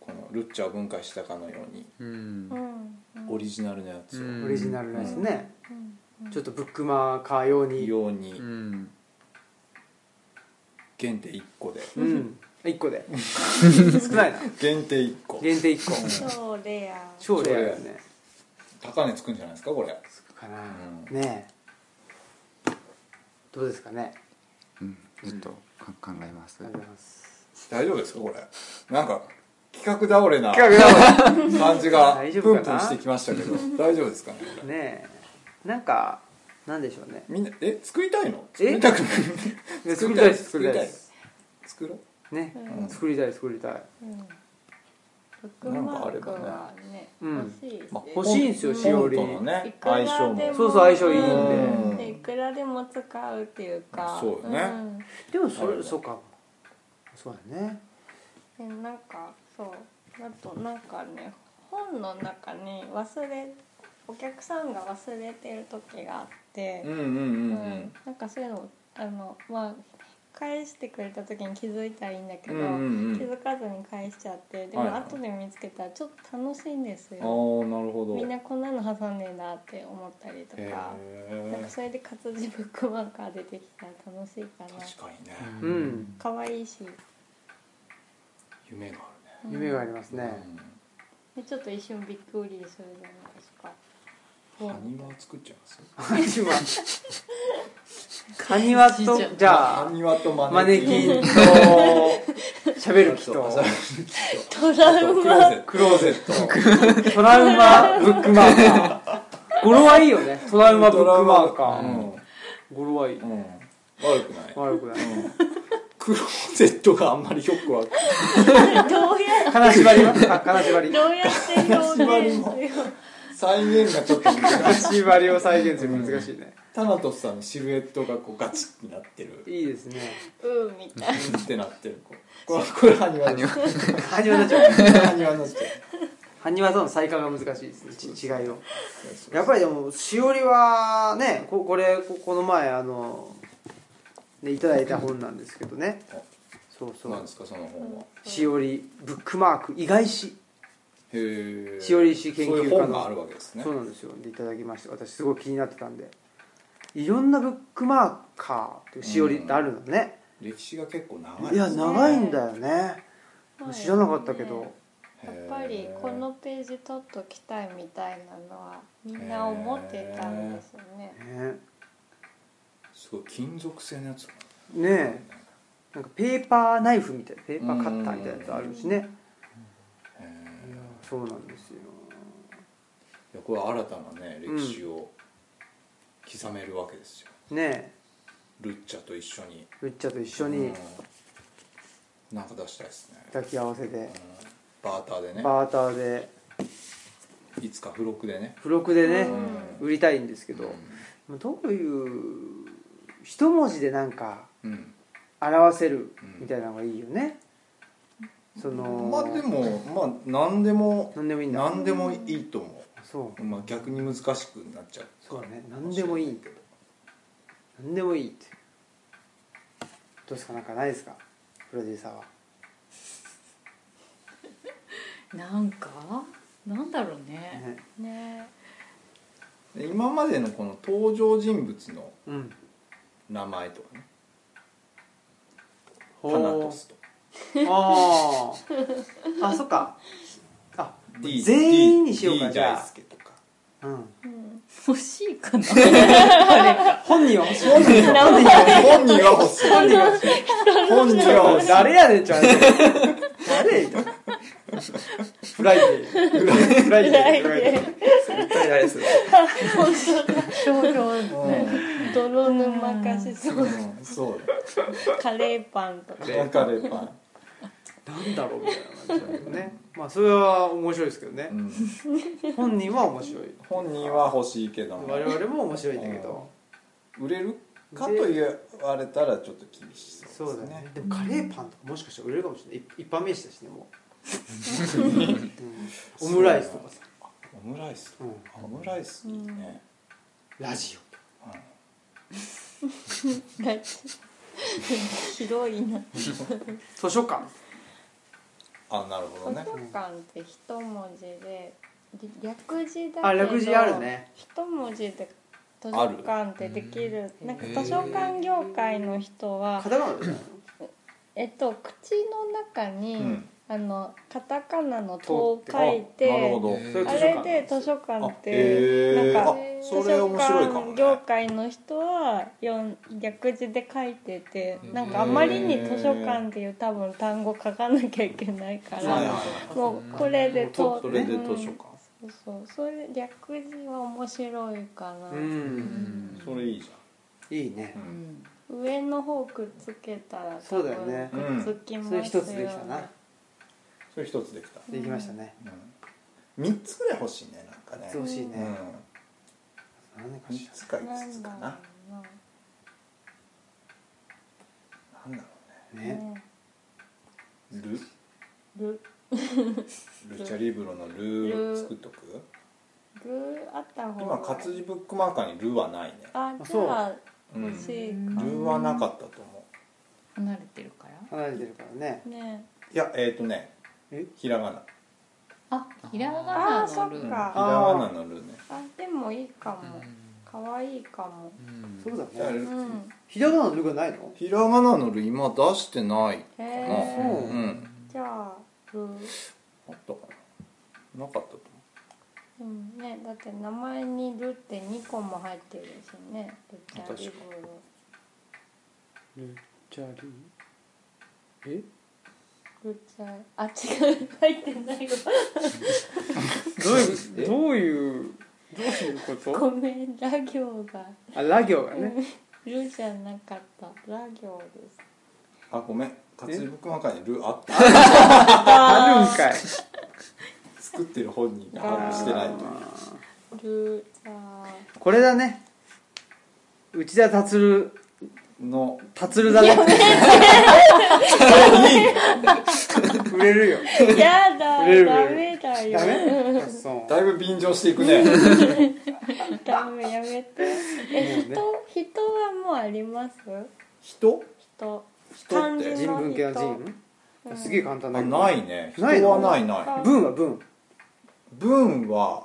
Speaker 4: このルッチャを分解したかのように
Speaker 5: うん
Speaker 3: うんうん
Speaker 4: オリジナルのやつを、
Speaker 5: うん
Speaker 1: オリジナルなやつね、ちょっとブックマーカー用に
Speaker 4: よう
Speaker 5: う
Speaker 4: に
Speaker 5: ん
Speaker 4: 限定1個で
Speaker 1: うん1個 [LAUGHS] で少ないな
Speaker 4: 限定1個
Speaker 1: 限定1個
Speaker 3: 超レア
Speaker 1: 超レアだよね
Speaker 4: 高値つくんじゃないですかこれ
Speaker 1: つくかな、
Speaker 4: う
Speaker 1: ねえどうですかね
Speaker 5: うんちょっとか考えます
Speaker 1: ありがとうございます
Speaker 4: 大丈夫ですかこれなんか企画倒れな感じが
Speaker 1: [LAUGHS] 大
Speaker 4: プ
Speaker 1: 丈
Speaker 4: ン
Speaker 1: 夫かな
Speaker 4: プンしてきました
Speaker 1: [LAUGHS]
Speaker 4: けど大丈夫ですかねこれ
Speaker 1: ねえなんかなんでしょうね
Speaker 4: みんなえ作りたいの
Speaker 1: え
Speaker 4: 作りたくない
Speaker 1: いや作りたいです
Speaker 4: 作
Speaker 1: 作り
Speaker 4: りた
Speaker 1: たいで
Speaker 4: いで
Speaker 1: すす
Speaker 4: 作ろう
Speaker 1: ね、
Speaker 4: うん
Speaker 1: 作りたい作りたい
Speaker 3: うんブックマークはね
Speaker 1: うん
Speaker 3: 欲しいですね
Speaker 4: まあ
Speaker 1: 欲しいんですよしおり
Speaker 4: 本との
Speaker 3: い
Speaker 4: ね
Speaker 3: くら
Speaker 4: 相
Speaker 3: でも
Speaker 4: 性も
Speaker 1: そうそう相性いいんで
Speaker 4: う
Speaker 3: い
Speaker 4: ん
Speaker 3: くらでも使うっていうか
Speaker 4: そうよね
Speaker 3: ん
Speaker 1: でもそ
Speaker 4: あ
Speaker 1: れ
Speaker 4: る
Speaker 1: そうかそうだね
Speaker 3: えなんかそうあとなんかね本の中に忘れお客さんが忘れてる時があって、
Speaker 4: うんうんうんう
Speaker 3: うん
Speaker 4: ん
Speaker 3: なんかそういうのあのまあ返してくれた時に気づいたらいいんだけ
Speaker 4: う
Speaker 3: ど、
Speaker 4: んうん
Speaker 3: 気づかずに返しちゃってで
Speaker 4: はい
Speaker 3: も
Speaker 4: はい
Speaker 3: 後で見つけたらちょっと楽しいんです
Speaker 4: ああ
Speaker 3: よ、
Speaker 4: ーなるほど
Speaker 3: みんなこんなの挟んでんだって思ったりと
Speaker 4: へ
Speaker 3: か。なんか
Speaker 4: え
Speaker 3: それで活字ブックマーカー出てきたら楽しいかな
Speaker 4: 確かにね、
Speaker 1: うん、
Speaker 3: 可愛いし
Speaker 4: 夢があるね
Speaker 1: 夢がありますね、
Speaker 3: でちょっと一瞬びっくりするじゃないですか
Speaker 4: うんハニワ作っちゃいます
Speaker 1: [LAUGHS] カニワカニワとじゃ
Speaker 4: ハ
Speaker 1: あ
Speaker 4: ニワとマ
Speaker 1: マネ
Speaker 4: ネキ
Speaker 1: キン
Speaker 4: ン
Speaker 1: と喋る [LAUGHS] 人
Speaker 3: トラウマ
Speaker 4: クローゼット
Speaker 1: トラウマブックマーカー語呂はいいよねトラウマブックマーカ
Speaker 4: う
Speaker 1: ー語呂はいい
Speaker 4: ん、うん、悪くない、
Speaker 1: 悪くない
Speaker 4: クローゼットがあんまりよくわかんない
Speaker 3: どうや
Speaker 1: 金縛りはか金縛 [LAUGHS] り
Speaker 3: どうやって表現する
Speaker 4: 再現がちょっと難
Speaker 1: 金
Speaker 4: しい
Speaker 1: 縛りを再現するの難しいね
Speaker 4: タナトスさんのシルエットがこうガチってなってる
Speaker 1: いいですね
Speaker 3: うんみたいな
Speaker 4: ってなってるこうこれこれハニワです
Speaker 1: ハニワだち
Speaker 4: ハニワの人
Speaker 1: ハニワとの再化が難しいですねち違いをやっ
Speaker 4: り
Speaker 1: ぱりでもしおりはねここれここの前あの、ね、いただいた本なんですけどねそうそ
Speaker 4: そうなん
Speaker 1: う
Speaker 4: ですかその本は
Speaker 1: しおりブックマーク意外史
Speaker 4: へえ
Speaker 1: しおり石研究家の
Speaker 4: そういう本があるわけですね
Speaker 1: そうなんですよでいただきまして私すごい気になってたんでいろんなブックマーカーっていうしおりってあるのね、
Speaker 4: 歴史が結構長い
Speaker 1: いや
Speaker 4: ですね
Speaker 1: 長いんだよね知らなかったけど、
Speaker 4: へ
Speaker 3: やっ
Speaker 4: ー
Speaker 3: ぱりこのページ取っときたいみたいなのはみんな思ってたんですよね
Speaker 1: ね
Speaker 4: すごい金属製のやつ
Speaker 1: ねえなんかペーパーナイフみたいなペーパーカッターみたいなやつあるしねい
Speaker 4: へ
Speaker 1: や
Speaker 4: え
Speaker 1: そうなんですよ
Speaker 4: いやこれは新たなね歴史を刻めるわけですよ、
Speaker 1: ね
Speaker 4: ルッチャと一緒に
Speaker 1: えルッチャと一緒に
Speaker 4: うんなんか出したいですね、
Speaker 1: 抱き合わせて
Speaker 4: うんバーターでね
Speaker 1: バーターで
Speaker 4: いつか付録でね
Speaker 1: 付録でね
Speaker 4: うん
Speaker 1: 売りたいんですけ
Speaker 4: う
Speaker 1: ど
Speaker 4: ん
Speaker 1: どういう一文字でなんか
Speaker 4: うん
Speaker 1: 表せるみたいなのがいいよね、その
Speaker 4: まあでもまあ何でも
Speaker 1: 何でもいいんだ
Speaker 4: 何でもいいと思
Speaker 1: そう
Speaker 4: う、まあ、逆に難しくなっちゃう
Speaker 1: そうだね何でもいい
Speaker 4: けど
Speaker 1: 何でもいいってどうですかなんかないですかプロデューサーは
Speaker 2: なんかなんだろうね
Speaker 1: ね
Speaker 3: ね
Speaker 4: 今までのこの登場人物の
Speaker 1: うん
Speaker 4: 名前とかねタ
Speaker 1: ほう
Speaker 4: ナトスとか
Speaker 1: あああそっかあ
Speaker 4: D
Speaker 1: 全員にしようか
Speaker 4: D
Speaker 1: じゃ
Speaker 4: 大
Speaker 1: あ
Speaker 4: 輔とか
Speaker 1: うん
Speaker 3: うん
Speaker 2: 欲しいかな
Speaker 1: 本人は欲しい
Speaker 4: 本人は本人は欲しい
Speaker 1: 本人は欲しい
Speaker 4: 本人は欲しい
Speaker 1: 誰やねんちゃうねん誰みたいなフライデーフライデーフライデー
Speaker 5: 絶対あれですよ
Speaker 2: 少々
Speaker 4: う
Speaker 3: 泥沼化しそう
Speaker 4: うんそう
Speaker 3: カレーパンと
Speaker 1: [LAUGHS]
Speaker 3: か
Speaker 4: だねカレーパン
Speaker 1: なんだろうみたいな感じだけどねまあそれは面白いですけどね
Speaker 4: うん
Speaker 1: 本人は面白 [LAUGHS] い
Speaker 4: 本人は欲しいけども
Speaker 1: 我々も面白いんだけど
Speaker 4: 売れるかと言われたらちょっと厳しそ
Speaker 1: そううだ
Speaker 4: です
Speaker 1: ね
Speaker 4: ね
Speaker 1: でもカレーパンとかもしかしたら売れるかもしれない一一般名詞だしねも [LAUGHS] う、うんオムライスとかさ、
Speaker 4: オムライス
Speaker 1: うん
Speaker 4: オムライスいいね
Speaker 1: ラジ
Speaker 3: が広いな
Speaker 1: オ図書館
Speaker 4: あなるほど
Speaker 3: 図
Speaker 4: ね
Speaker 3: 書館って一文字でり略字だけど
Speaker 1: あ略字あるね
Speaker 3: 一文字で図書
Speaker 4: ある
Speaker 3: 館ってできるなんか図書館業界の人は
Speaker 1: カタカナじゃない
Speaker 3: えっと口の中に、
Speaker 4: うん
Speaker 3: あのカタカナの「と」を
Speaker 1: と
Speaker 3: 書いて
Speaker 4: なるほど
Speaker 1: そういう図
Speaker 3: あ
Speaker 1: 書
Speaker 3: れ
Speaker 1: 館
Speaker 3: で図書館って、
Speaker 4: あへー
Speaker 3: なん
Speaker 4: あ
Speaker 3: か
Speaker 4: それ
Speaker 3: 図書
Speaker 4: 面白いかも
Speaker 3: 館
Speaker 4: ね
Speaker 3: 業界の人はよん略字で書いててなんかあまりに図書館っていう多分単語書かなきゃいけないか
Speaker 4: はいはい
Speaker 3: ら
Speaker 4: はい
Speaker 3: もうこれでと
Speaker 4: それで図書
Speaker 3: うん
Speaker 4: 館
Speaker 3: そうそうそれ略字は面白いかな、
Speaker 1: うん
Speaker 4: それいいじ
Speaker 1: いいね
Speaker 4: ゃんう
Speaker 2: うんん
Speaker 3: 上の方くっつけたら
Speaker 1: そうだよね
Speaker 3: 多分くっつきま
Speaker 1: そ
Speaker 3: すよ
Speaker 1: れ
Speaker 3: ね
Speaker 1: 一つできたな
Speaker 4: それ一つできた
Speaker 1: できましたね
Speaker 4: うん3つぐらい欲しいねなんかね
Speaker 1: 欲しいね
Speaker 4: う
Speaker 1: 何か
Speaker 4: ん
Speaker 1: し
Speaker 4: 3つか
Speaker 3: な
Speaker 4: 5つ
Speaker 3: ん
Speaker 4: か
Speaker 3: だ
Speaker 4: な
Speaker 3: ろ
Speaker 4: な
Speaker 3: うなん
Speaker 4: だろ
Speaker 1: らね
Speaker 4: うねル
Speaker 3: ル
Speaker 4: ルチャリブロのルを作っとく
Speaker 3: ルあった方
Speaker 4: 今活字ブックマーカーにルはないね
Speaker 3: あ
Speaker 1: あ
Speaker 3: じゃあ
Speaker 4: うん
Speaker 3: 欲しい
Speaker 4: ルはなかったと思
Speaker 2: 離れてるから
Speaker 1: 離れてるからね
Speaker 3: ね
Speaker 4: いやえっ、とね
Speaker 1: え
Speaker 4: ひらがな
Speaker 2: あひらが
Speaker 3: あ
Speaker 2: な
Speaker 3: あそ
Speaker 2: の
Speaker 3: っ
Speaker 2: ルール
Speaker 4: ひら
Speaker 3: か
Speaker 4: がなのルね
Speaker 3: あでもいいかも
Speaker 5: うん
Speaker 3: 可愛いかも
Speaker 5: うん
Speaker 1: そうだ
Speaker 4: だから
Speaker 1: ね
Speaker 3: うん
Speaker 1: ひらがなのルがないの
Speaker 4: ひらがなのル今出してない
Speaker 3: へ
Speaker 4: かな
Speaker 3: え
Speaker 1: そう
Speaker 4: うん
Speaker 3: じゃあうん
Speaker 4: あったかななかったと思
Speaker 3: うんねだって名前に「ル」って2個も入ってるしねルチャリブロ
Speaker 1: ルチャリえ
Speaker 3: ルチャあ違う入ってないわ
Speaker 4: [LAUGHS]
Speaker 1: どういうどういうどういうこと
Speaker 3: ごめんラ行が
Speaker 1: あラ行がね
Speaker 3: ルじゃなかったラ行です
Speaker 4: うあごめん活力の中にルあった
Speaker 1: あるんかい
Speaker 4: 作ってる本人が把握してないという
Speaker 1: あ
Speaker 3: ルチャ
Speaker 1: ーこれだね内田達郎
Speaker 4: の
Speaker 1: 達郎だね触れるよ
Speaker 4: [LAUGHS]
Speaker 3: やだ
Speaker 1: 売れる
Speaker 3: ダメだよ
Speaker 1: ダメあそう
Speaker 4: だいぶ便乗していくね
Speaker 3: ダメやめてえ人人はもうあります
Speaker 4: 人
Speaker 3: 人
Speaker 4: 人って
Speaker 1: 人文系の人
Speaker 3: うん
Speaker 1: すげえ簡単
Speaker 4: あ
Speaker 1: だけど
Speaker 4: ないね人
Speaker 1: ないの
Speaker 4: はないな
Speaker 3: ない
Speaker 1: 文は文
Speaker 4: い文は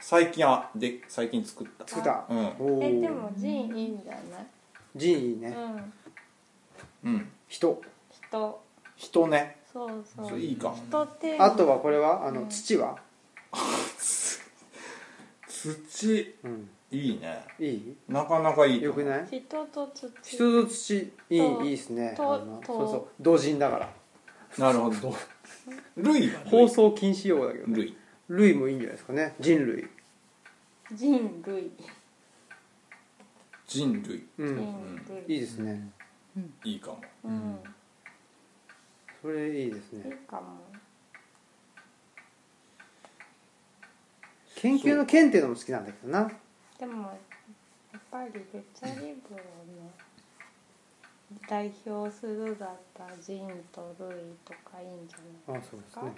Speaker 4: 最近あで最近作った
Speaker 1: 作った
Speaker 4: うん
Speaker 1: お
Speaker 3: え
Speaker 1: ー
Speaker 3: でも人いいんじゃな
Speaker 1: 人いいね
Speaker 3: いうん
Speaker 4: うん
Speaker 1: 人
Speaker 3: 人
Speaker 4: 人ね
Speaker 3: そうそ
Speaker 4: そうれいいかも
Speaker 3: 人って
Speaker 1: あとはこれはあの
Speaker 3: うん
Speaker 1: 土は
Speaker 4: 土
Speaker 1: うん
Speaker 4: いいね
Speaker 1: いい
Speaker 4: なかなかいいと
Speaker 1: よ
Speaker 4: 思
Speaker 1: く
Speaker 4: う
Speaker 1: ない
Speaker 3: 人と土
Speaker 1: 人と土いいい
Speaker 3: と
Speaker 1: いですね
Speaker 3: と
Speaker 1: あの
Speaker 3: と
Speaker 1: そうそう同人だから
Speaker 4: なるほど類は
Speaker 1: 放送禁止用語だけどね
Speaker 4: 類
Speaker 1: 類もいいんじゃないですかね人類
Speaker 3: 人類
Speaker 4: 人類
Speaker 1: うん
Speaker 3: 人類
Speaker 1: いいですね
Speaker 4: いいかも
Speaker 3: うん
Speaker 1: それいいです
Speaker 3: いい
Speaker 1: ね
Speaker 3: かも
Speaker 1: 研究の剣っていうのも好きなんだけどな
Speaker 3: でもやっぱりルチャリブロの代表するだった人と類とかいいんじゃ
Speaker 1: あ
Speaker 3: ない
Speaker 1: そうですね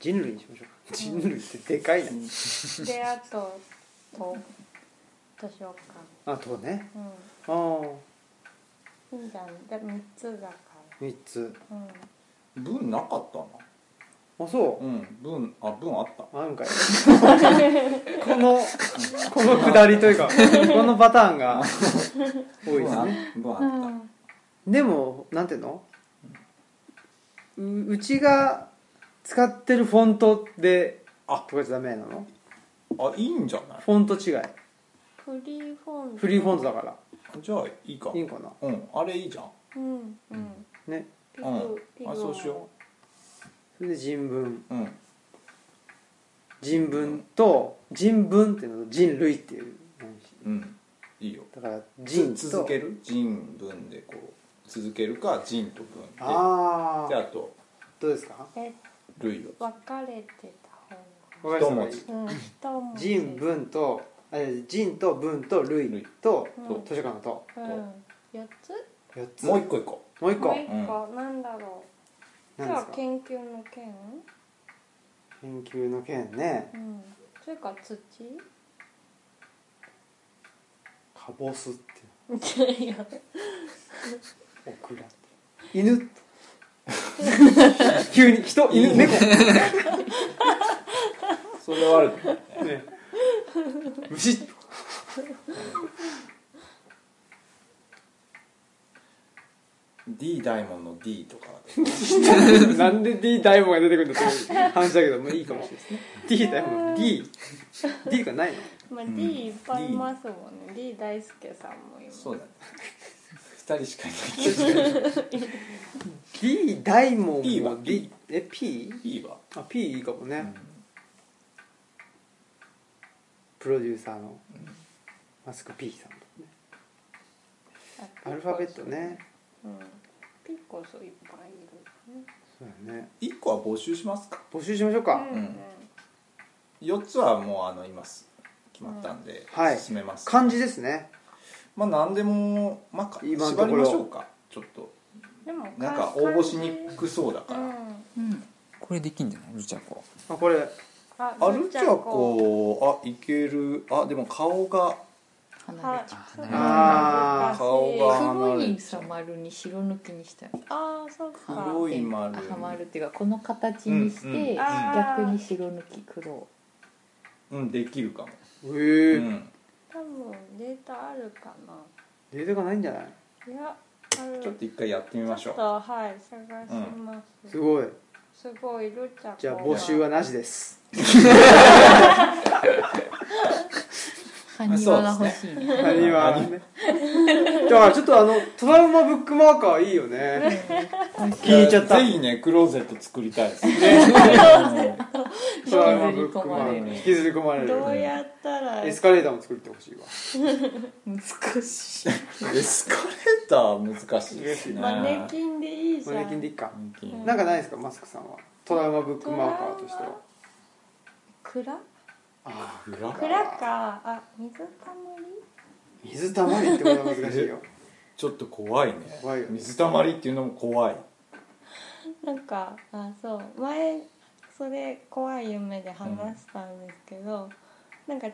Speaker 1: 人類にしましょうか人類ってでかいな
Speaker 3: ですかであとと図書
Speaker 1: あとね
Speaker 3: 館
Speaker 1: ああ
Speaker 3: うんいいんじゃないで3つだか
Speaker 1: 3つ
Speaker 3: らうん
Speaker 4: 文なかったな
Speaker 1: あそう
Speaker 4: うん文あ文あった
Speaker 1: あるんかい [LAUGHS] このこのくだりというかこのパターンが多いですね
Speaker 4: 文あ文あっ
Speaker 1: でもなんていうのううちが使ってるフォントで
Speaker 4: あ
Speaker 1: とかじゃダメなの
Speaker 4: たあいいんじゃない
Speaker 1: フォント違い
Speaker 3: フリーフォント
Speaker 1: フリーフォントだから
Speaker 4: じゃあいいか
Speaker 1: いいんかな
Speaker 4: うんあれいいじゃん
Speaker 3: うんうん
Speaker 1: ね
Speaker 3: ピ
Speaker 4: うん
Speaker 3: グピグ
Speaker 4: あそうしよ
Speaker 1: それで人文
Speaker 4: うん
Speaker 1: 人文と人文っていうのと人類っていう
Speaker 4: うんいいよ
Speaker 1: だから人
Speaker 4: 人
Speaker 1: と
Speaker 4: 続ける人文でこう続けるか人と文で
Speaker 1: あ
Speaker 4: で
Speaker 1: あ
Speaker 4: あと
Speaker 1: どうですか
Speaker 3: え
Speaker 4: 類を
Speaker 3: 分かれてた方が
Speaker 1: わかりま
Speaker 4: 一
Speaker 1: し
Speaker 4: 文
Speaker 1: た
Speaker 3: うん一文字
Speaker 1: 人文とえ人と文と類
Speaker 4: 類
Speaker 1: と
Speaker 3: うん
Speaker 1: 図書館と
Speaker 3: うん4つ
Speaker 1: 4つ
Speaker 4: もう一個いこ
Speaker 1: もう一
Speaker 3: も
Speaker 1: 個
Speaker 3: う一個なんだろう
Speaker 1: 何
Speaker 3: じ
Speaker 1: で
Speaker 3: ゃあ
Speaker 1: すか
Speaker 3: 研究の件
Speaker 1: 研究の件ね
Speaker 3: うんそれか
Speaker 1: [LAUGHS]
Speaker 3: 土
Speaker 1: カボスって
Speaker 3: いや
Speaker 1: オクラ犬 [LAUGHS] 急に人犬 [LAUGHS] 猫
Speaker 4: うそれはある
Speaker 1: ね虫
Speaker 4: D 大門の D とか
Speaker 1: [LAUGHS] なんで D ダイモンが出てくるんだっていう話だけどもういいかもしれない
Speaker 4: [LAUGHS]
Speaker 1: ですね D ダイモン DD がないの
Speaker 3: まあ
Speaker 4: ん
Speaker 3: D いっぱいいますもんね D 大輔さんもいます
Speaker 4: そうだね二人しかいない
Speaker 1: D ダイモン
Speaker 4: P は
Speaker 1: も D え P?
Speaker 4: P は
Speaker 1: あ P いいかもね、プロデューサーのマスク P さんだねアルファベットね
Speaker 3: うんピッコソいっぱいいるね
Speaker 1: そうだね
Speaker 4: 一個は募集しますか
Speaker 1: 募集しましょうか、
Speaker 3: うんうん
Speaker 4: 四つはもうあの今す決まったんで、
Speaker 1: うんはい
Speaker 4: 進めます
Speaker 1: 漢字ですね
Speaker 4: まあ何でもまあか縛り
Speaker 1: 今
Speaker 4: ま
Speaker 1: のところ
Speaker 4: しょうかちょっと
Speaker 3: でも
Speaker 4: なんか応募しにくそうだ
Speaker 3: う
Speaker 4: から、
Speaker 3: ん
Speaker 2: うん
Speaker 5: これできんじゃないルチャコ
Speaker 1: あこれ
Speaker 3: あ
Speaker 4: あるちゃこあいけるあでも顔が
Speaker 2: 離
Speaker 3: は
Speaker 2: れちゃ
Speaker 3: そう
Speaker 5: あ
Speaker 1: ー
Speaker 4: 顔
Speaker 2: う
Speaker 4: が
Speaker 2: 黒いさ丸に白抜きにしたい
Speaker 3: ああそうか
Speaker 4: 黒い丸
Speaker 2: あ丸っていうかこの形にし
Speaker 4: うんうん
Speaker 2: て逆に白抜き黒
Speaker 4: うんできるかも、
Speaker 1: え
Speaker 4: う
Speaker 1: ー
Speaker 4: ん、
Speaker 3: 多分データあるかな
Speaker 1: データがないんじゃない
Speaker 3: いやある
Speaker 4: ちょっと一回やってみまし
Speaker 3: ち
Speaker 4: ょ
Speaker 3: ょっとはい探します、
Speaker 1: すごい
Speaker 3: すごいルチャ
Speaker 1: じゃあ募集はなしです
Speaker 2: 埴輪が欲しいね
Speaker 1: あれは
Speaker 4: [LAUGHS]
Speaker 1: ねだからちょっとあのトラウマブックマーカーいいよ
Speaker 4: [LAUGHS]
Speaker 1: ね
Speaker 4: う
Speaker 1: 聞いちゃった
Speaker 4: やぜひねクローゼット作りたいですね
Speaker 2: 引きず
Speaker 1: ト
Speaker 2: り
Speaker 1: ラウマブック
Speaker 2: 込
Speaker 1: マ
Speaker 2: まれ
Speaker 1: ーカ
Speaker 2: る
Speaker 1: ー引きずり込まれる
Speaker 3: どうやったら
Speaker 1: エスカレーターも作ってほしいわ
Speaker 2: 難 [LAUGHS] しい
Speaker 4: エスカレーター難しいですね
Speaker 3: マネキンでいいじゃ
Speaker 1: マ
Speaker 3: ん
Speaker 1: ネキンでいいか
Speaker 4: マネキン
Speaker 1: なんかないですかマスクさんはトラウマブックマーカーとしては
Speaker 3: 蔵
Speaker 1: ああ
Speaker 4: 蔵
Speaker 3: 蔵かあ水たまり
Speaker 1: 水たまりってことは難しい [LAUGHS] よ
Speaker 4: ちょっと怖いね
Speaker 1: 怖いよね
Speaker 4: 水たまりっていうのも怖い
Speaker 3: なんかあそう前それ怖い夢で話したんですけど、なんか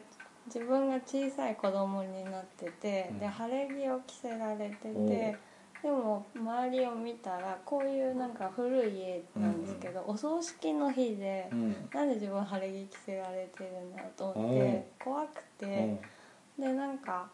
Speaker 3: 自分が小さい子供になってて、
Speaker 4: うん
Speaker 3: で晴れ着を着せられてて、
Speaker 4: おう
Speaker 3: でも周りを見たらこういうなんか古い家なんですけど、お葬式の日で
Speaker 4: う、ん
Speaker 3: なんで自分晴れ着着せられてるんだと思っ
Speaker 4: おう
Speaker 3: て怖くて。でなんか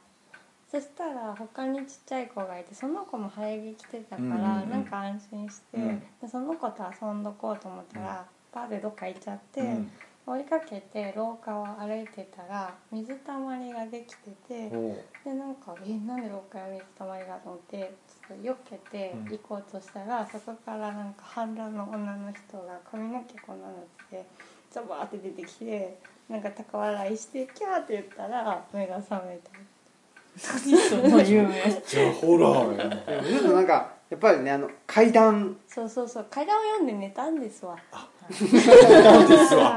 Speaker 3: そしたら他にちっちゃい子がいてその子も生え着着てたから、
Speaker 4: うんうんうん
Speaker 3: なんか安心して、
Speaker 4: うん
Speaker 3: でその子と遊んどこうと思ったら、バーでどっか行っちゃって、
Speaker 4: うん
Speaker 3: 追いかけて廊下を歩いてたら水たまりができてて、
Speaker 4: おう
Speaker 3: でなんか「えなんで廊下に水たまりが?」と思ってちょっとよけて
Speaker 4: うん
Speaker 3: 行こうとしたら、そこからなんか反乱の女の人が髪の毛こんなのってザバーって出てきてなんか高笑いして「キャー」って言ったら目が覚めた。
Speaker 2: その夢
Speaker 4: じゃあホラーや
Speaker 1: でもちょっとなんかやっぱりねあの階段
Speaker 3: そうそうそう階段を読んで寝たんです
Speaker 5: [LAUGHS]
Speaker 3: わ。
Speaker 4: そうですわ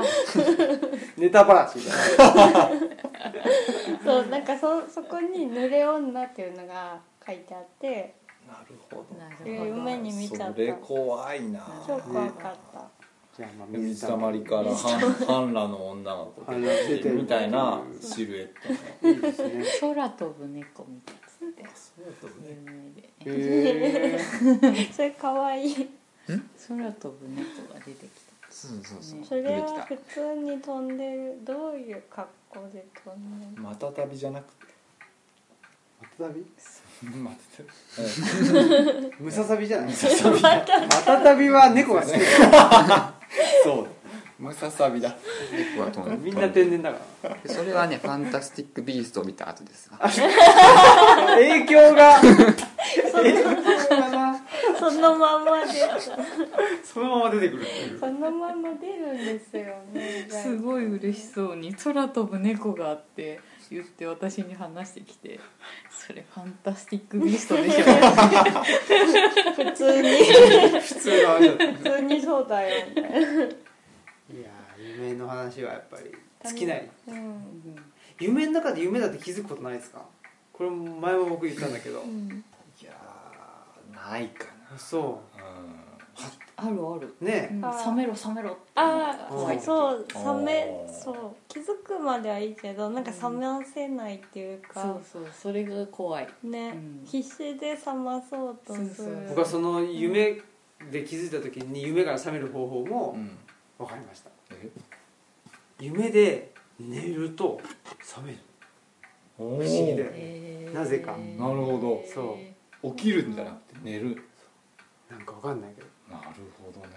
Speaker 1: ネタばらしみたいな
Speaker 3: そうなんかそそこに濡れ女っていうのが書いてあって
Speaker 4: なるほど
Speaker 2: なるほ
Speaker 3: え
Speaker 2: ど
Speaker 3: 夢に見ちゃっ
Speaker 4: それ
Speaker 3: た。
Speaker 4: 怖いな
Speaker 3: 超怖かった。
Speaker 1: じゃあまあ
Speaker 4: 水たまりから半半裸の女がこう出てきてるみたいなシルエットの
Speaker 1: いいですね
Speaker 2: 空飛ぶ猫みたいな
Speaker 4: そうだと
Speaker 2: 夢
Speaker 4: ね
Speaker 2: で
Speaker 1: へ
Speaker 3: それ可愛い。
Speaker 2: 空飛ぶ猫が出てき
Speaker 5: そうそうそう
Speaker 3: それ
Speaker 5: 出てき
Speaker 3: は
Speaker 5: た
Speaker 3: 普通に飛んでるどういう格好で飛んでる
Speaker 4: また旅じゃなくて
Speaker 1: ーまたたび
Speaker 4: また
Speaker 1: ムササビじゃないム
Speaker 4: 旅ムササビだ
Speaker 1: ササビは猫が好きだか
Speaker 4: そうムササビだ
Speaker 5: 猫は飛
Speaker 1: ら
Speaker 5: んで
Speaker 1: みんな天然だか
Speaker 5: でそれはね「ファンタスティック・ビースト」を見た後ですわ
Speaker 1: ら [LAUGHS] 影響
Speaker 3: [LAUGHS]
Speaker 1: が影響がな
Speaker 3: そのまま出た
Speaker 1: そのまま出てくるっていう
Speaker 3: そのまま出るんですよね
Speaker 2: たすごい嬉し
Speaker 3: い
Speaker 2: そうに「空飛ぶ猫が」って言って私に話してきて「それファンタスティック・ビーストでし [LAUGHS] ょ」
Speaker 3: 普通に
Speaker 1: 普通の話だったい
Speaker 3: 普通にそうだよみたいな
Speaker 1: やー夢の話はやっぱり尽きない
Speaker 3: うん、
Speaker 1: 夢の中で夢だって気づくことないですかこれも前も僕言ったんだけど
Speaker 3: うん、
Speaker 4: いやーないか
Speaker 1: そ
Speaker 4: な
Speaker 2: あるある、
Speaker 1: うね
Speaker 2: うん、
Speaker 3: あー
Speaker 2: 冷めろ冷めろ
Speaker 3: あ
Speaker 1: 怖い
Speaker 3: あそう
Speaker 4: あ
Speaker 3: 冷
Speaker 4: ー
Speaker 3: めそう気づくまではいいけどなんか冷ませないっていう
Speaker 2: そ
Speaker 3: か
Speaker 2: う、そうそれが怖い
Speaker 3: ね、
Speaker 2: うん
Speaker 3: 必死で冷まそうとする
Speaker 2: そうそう
Speaker 1: 僕はその夢で気づいた時に夢から覚める方法
Speaker 4: う
Speaker 1: も
Speaker 4: ん
Speaker 1: 分かりました
Speaker 4: え
Speaker 1: 夢で寝ると覚める
Speaker 4: 不
Speaker 1: 不思議だよねな
Speaker 2: な
Speaker 1: ぜか
Speaker 4: なるほど
Speaker 1: そ
Speaker 4: 起きるんじゃなくて寝る
Speaker 1: なんか分かんないけど
Speaker 4: なるほどね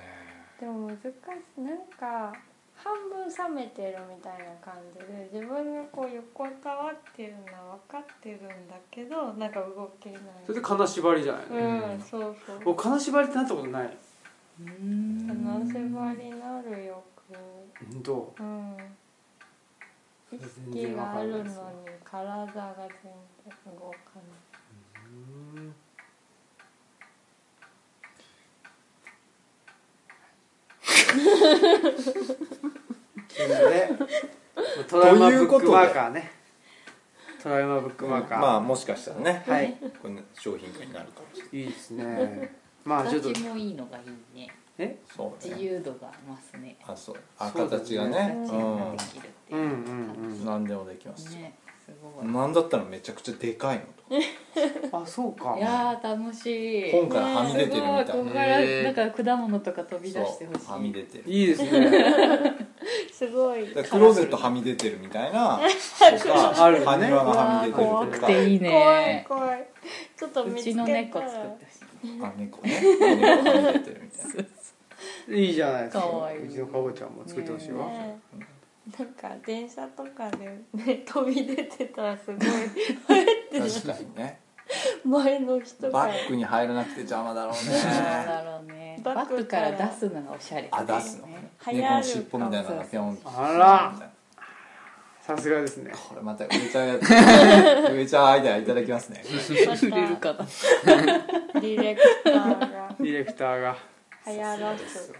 Speaker 3: でも難しいなんか半分冷めてるみたいな感じで自分がこう横たわってるのは分かってるんだけどなんか動けない
Speaker 1: それで金縛りじゃないの
Speaker 3: うん、そうそう
Speaker 1: 僕金縛りってなったことない
Speaker 2: うん
Speaker 3: 金縛りなるよく
Speaker 1: 本当
Speaker 3: うん意識があるのに体が全然動かな
Speaker 1: うんということでトラウマブックマーカーねトラウマブックマーカー、
Speaker 4: まあもしかしたらね
Speaker 1: はい
Speaker 4: これね商品化になるかもしれない
Speaker 1: いいですねまあちょっと
Speaker 2: 形もいいのがいいね
Speaker 1: え
Speaker 4: そう
Speaker 2: 自
Speaker 4: ね
Speaker 2: 由度が増すね
Speaker 4: あそうあ
Speaker 1: そうだね
Speaker 4: 形がね
Speaker 2: 形ができるって
Speaker 1: う
Speaker 2: い
Speaker 1: んう
Speaker 2: うん
Speaker 1: うん
Speaker 4: うん何でもできます
Speaker 2: ねすごい
Speaker 4: なんだったらめちゃくちゃでかいのとか
Speaker 1: あそうか
Speaker 2: いやー楽しい
Speaker 4: 本からはみ出てるみたいな
Speaker 2: すごいここか
Speaker 5: へー
Speaker 2: らなんか果物とか飛び出
Speaker 4: そ
Speaker 2: してほし
Speaker 4: うはいみ出てる
Speaker 1: いいですね
Speaker 3: すごい
Speaker 4: だからクローゼットはみ出てるみたい
Speaker 2: [LAUGHS]
Speaker 4: なとか
Speaker 1: あるね
Speaker 4: ハニワがはみ出て
Speaker 2: うわー怖
Speaker 4: ると
Speaker 2: く
Speaker 4: か
Speaker 2: ていい
Speaker 3: 怖い
Speaker 2: ね
Speaker 3: 怖いちょっと
Speaker 2: う
Speaker 3: 見つけ
Speaker 2: ち
Speaker 3: た
Speaker 2: の
Speaker 3: ら
Speaker 2: 猫作ってほしい
Speaker 4: あ猫ね猫はみ出てるみたいない
Speaker 1: いじゃないですか
Speaker 2: かわいいう
Speaker 1: ちのかぼちゃも作ってほしいわ、
Speaker 3: ねなんか電車とかで、ね、飛び出てたらすごい
Speaker 4: 確かにね
Speaker 3: 前の人
Speaker 4: バ
Speaker 3: から
Speaker 4: ッグに入らなくて邪魔だろう [LAUGHS]
Speaker 2: なん
Speaker 4: ね
Speaker 2: だろうね
Speaker 3: バ
Speaker 2: バ
Speaker 3: ッ
Speaker 2: ッ
Speaker 3: グ
Speaker 2: グ
Speaker 3: か
Speaker 2: からら出すのがおしゃれ
Speaker 4: あ出すのね
Speaker 3: 流行る
Speaker 4: 猫の尻尾みたいなのがピョンって
Speaker 1: あらさすがですね
Speaker 4: これまた植えちゃうやつ植えちゃうアイデアいただきます [LAUGHS] ね
Speaker 3: ま
Speaker 2: 売れるかな
Speaker 3: たディレクターが
Speaker 1: ディレクターが
Speaker 3: 流行らす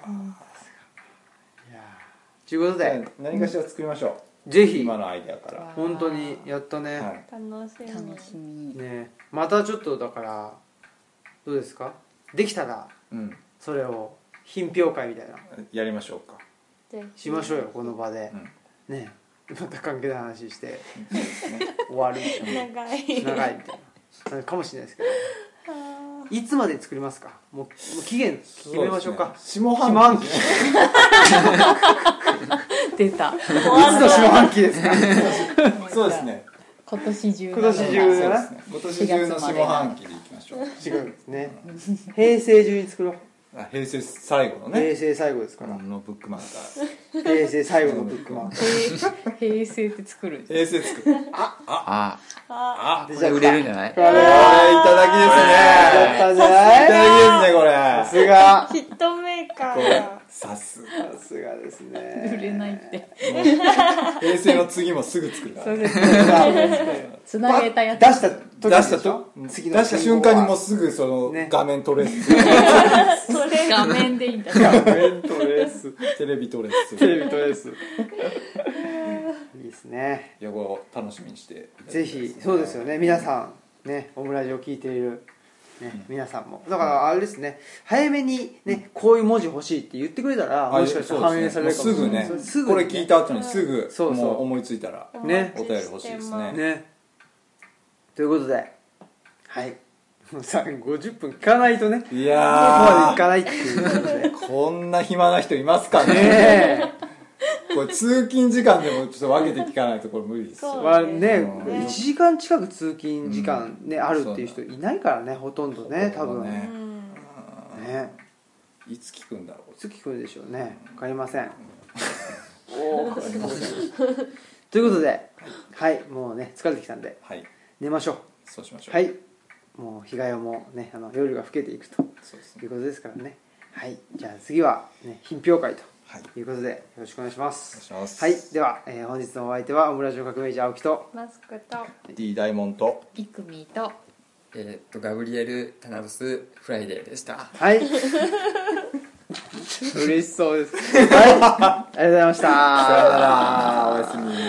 Speaker 1: いやーということで
Speaker 4: 何かしら作りましょ
Speaker 1: ぜ
Speaker 4: う
Speaker 1: ひ
Speaker 4: 今のアイデアから
Speaker 1: 本当にやったね、
Speaker 4: はい
Speaker 3: 楽しみ
Speaker 2: 楽しみ
Speaker 1: ねまたちょっとだからどうですかできたら
Speaker 4: うん
Speaker 1: それを品評会みたいな
Speaker 4: やりましょうか
Speaker 3: ぜひ
Speaker 1: しましょうよこの場で
Speaker 4: う、ん
Speaker 1: ねまた関係ない話して
Speaker 4: そうですね
Speaker 1: 終わるみたい
Speaker 3: 長い
Speaker 1: な長いみたいななるかもしれないですけどいつまで作りますかもうもう期限決めましょうか
Speaker 4: 下
Speaker 1: 四
Speaker 4: 半
Speaker 1: 半
Speaker 4: 期
Speaker 1: 期い
Speaker 2: 出
Speaker 4: [LAUGHS]
Speaker 2: た
Speaker 1: つの下半期ですか
Speaker 4: そうですね
Speaker 2: 今年中
Speaker 1: 今年
Speaker 4: そう
Speaker 1: 中
Speaker 4: ですね今年中の下半期でいきましょう
Speaker 1: 違うんですね平成中に作ろう、
Speaker 4: あ平成最後の
Speaker 1: 平
Speaker 4: ね
Speaker 1: 成最後ですから
Speaker 4: のブックマンー
Speaker 1: 平成最後のブックマン
Speaker 2: 平成って作 [LAUGHS] るんです
Speaker 4: 平成作る
Speaker 5: あ
Speaker 3: あ
Speaker 4: あ
Speaker 5: これ売れるんじゃない
Speaker 1: あ
Speaker 4: これい
Speaker 1: れ
Speaker 4: た
Speaker 1: やった
Speaker 4: だきですね
Speaker 1: んじゃ
Speaker 4: いた
Speaker 1: ない
Speaker 4: だきですねこれ
Speaker 1: さすが
Speaker 3: ヒットメーカ
Speaker 4: こ
Speaker 3: ー
Speaker 4: れ
Speaker 3: が
Speaker 4: さすが
Speaker 1: さすがですね
Speaker 2: 売れないって
Speaker 4: 平成の次もすぐ作るから
Speaker 2: それ
Speaker 4: ね
Speaker 2: でつなげたやつ [LAUGHS]
Speaker 1: 出した時
Speaker 4: 出
Speaker 1: で
Speaker 4: した
Speaker 1: しょ
Speaker 4: と
Speaker 1: 次
Speaker 4: 出
Speaker 1: の
Speaker 4: した瞬間にもう
Speaker 1: う
Speaker 4: すぐその
Speaker 1: ね
Speaker 4: 画面トレース
Speaker 1: [LAUGHS]
Speaker 3: それ
Speaker 2: 画面 [LAUGHS] でいいんだ
Speaker 4: 画面トレーステレビトレース
Speaker 1: テレビとレースいいですね
Speaker 4: いやこれ楽しみにしていただきたい
Speaker 1: ぜひそうですよね皆さんねオムラジオ聞いているね、皆さんもだからあれですね早めにねこういう文字欲しいって言ってくれたら
Speaker 4: あ
Speaker 1: もしかしたら反映されるかもし
Speaker 4: そう
Speaker 1: れ
Speaker 4: で
Speaker 1: ない
Speaker 4: すねもうす
Speaker 1: す
Speaker 4: ぐねこ
Speaker 1: ぐ
Speaker 4: れ
Speaker 1: に
Speaker 4: 聞いた後にすぐ
Speaker 1: そうそう
Speaker 4: もう思いついたら
Speaker 1: ね
Speaker 4: お便り欲しいですね
Speaker 1: ねということではい
Speaker 4: [LAUGHS]
Speaker 1: もうさ50分いかないとねこ
Speaker 4: い
Speaker 1: こまで
Speaker 4: や
Speaker 1: い
Speaker 4: ー
Speaker 1: かないっていうことで
Speaker 4: [LAUGHS]
Speaker 1: ね
Speaker 4: こんな暇な人いますかね
Speaker 1: え
Speaker 4: これ通勤時間でもちょっと分けて聞かないとこれ無理です
Speaker 3: そう
Speaker 4: よ
Speaker 1: はね、
Speaker 4: うん
Speaker 1: 1時間近く通勤時間、ねあるっていう人いないからねほとんどね多
Speaker 4: ほとんど
Speaker 1: 分
Speaker 4: ね
Speaker 1: ね
Speaker 3: うん
Speaker 4: いつ聞くんだろう
Speaker 1: 月くんでしょうねわかりませ
Speaker 4: [LAUGHS]
Speaker 1: んおー [LAUGHS] ということではいもうね疲れてきたんで
Speaker 4: はい
Speaker 1: 寝ましょ
Speaker 4: そうしまし
Speaker 1: う
Speaker 4: ょう
Speaker 1: はいもう日が夜もねあの夜が更けていくと
Speaker 4: そうです
Speaker 1: い
Speaker 4: ね
Speaker 1: うことですからねはいじゃあ次は、ね、品評会
Speaker 4: はい
Speaker 1: ということでよろしくお願いしま
Speaker 4: お願い
Speaker 1: す
Speaker 4: します
Speaker 1: はいでは、えー本日のお相手はオムラジオ革命児青木と
Speaker 3: マスクと
Speaker 4: D 大門と
Speaker 2: イクミと
Speaker 5: えーっとガブリエル・タナドス・フライデーでした
Speaker 1: はい嬉しそうですはいありがとうございました
Speaker 4: さよならおやすみ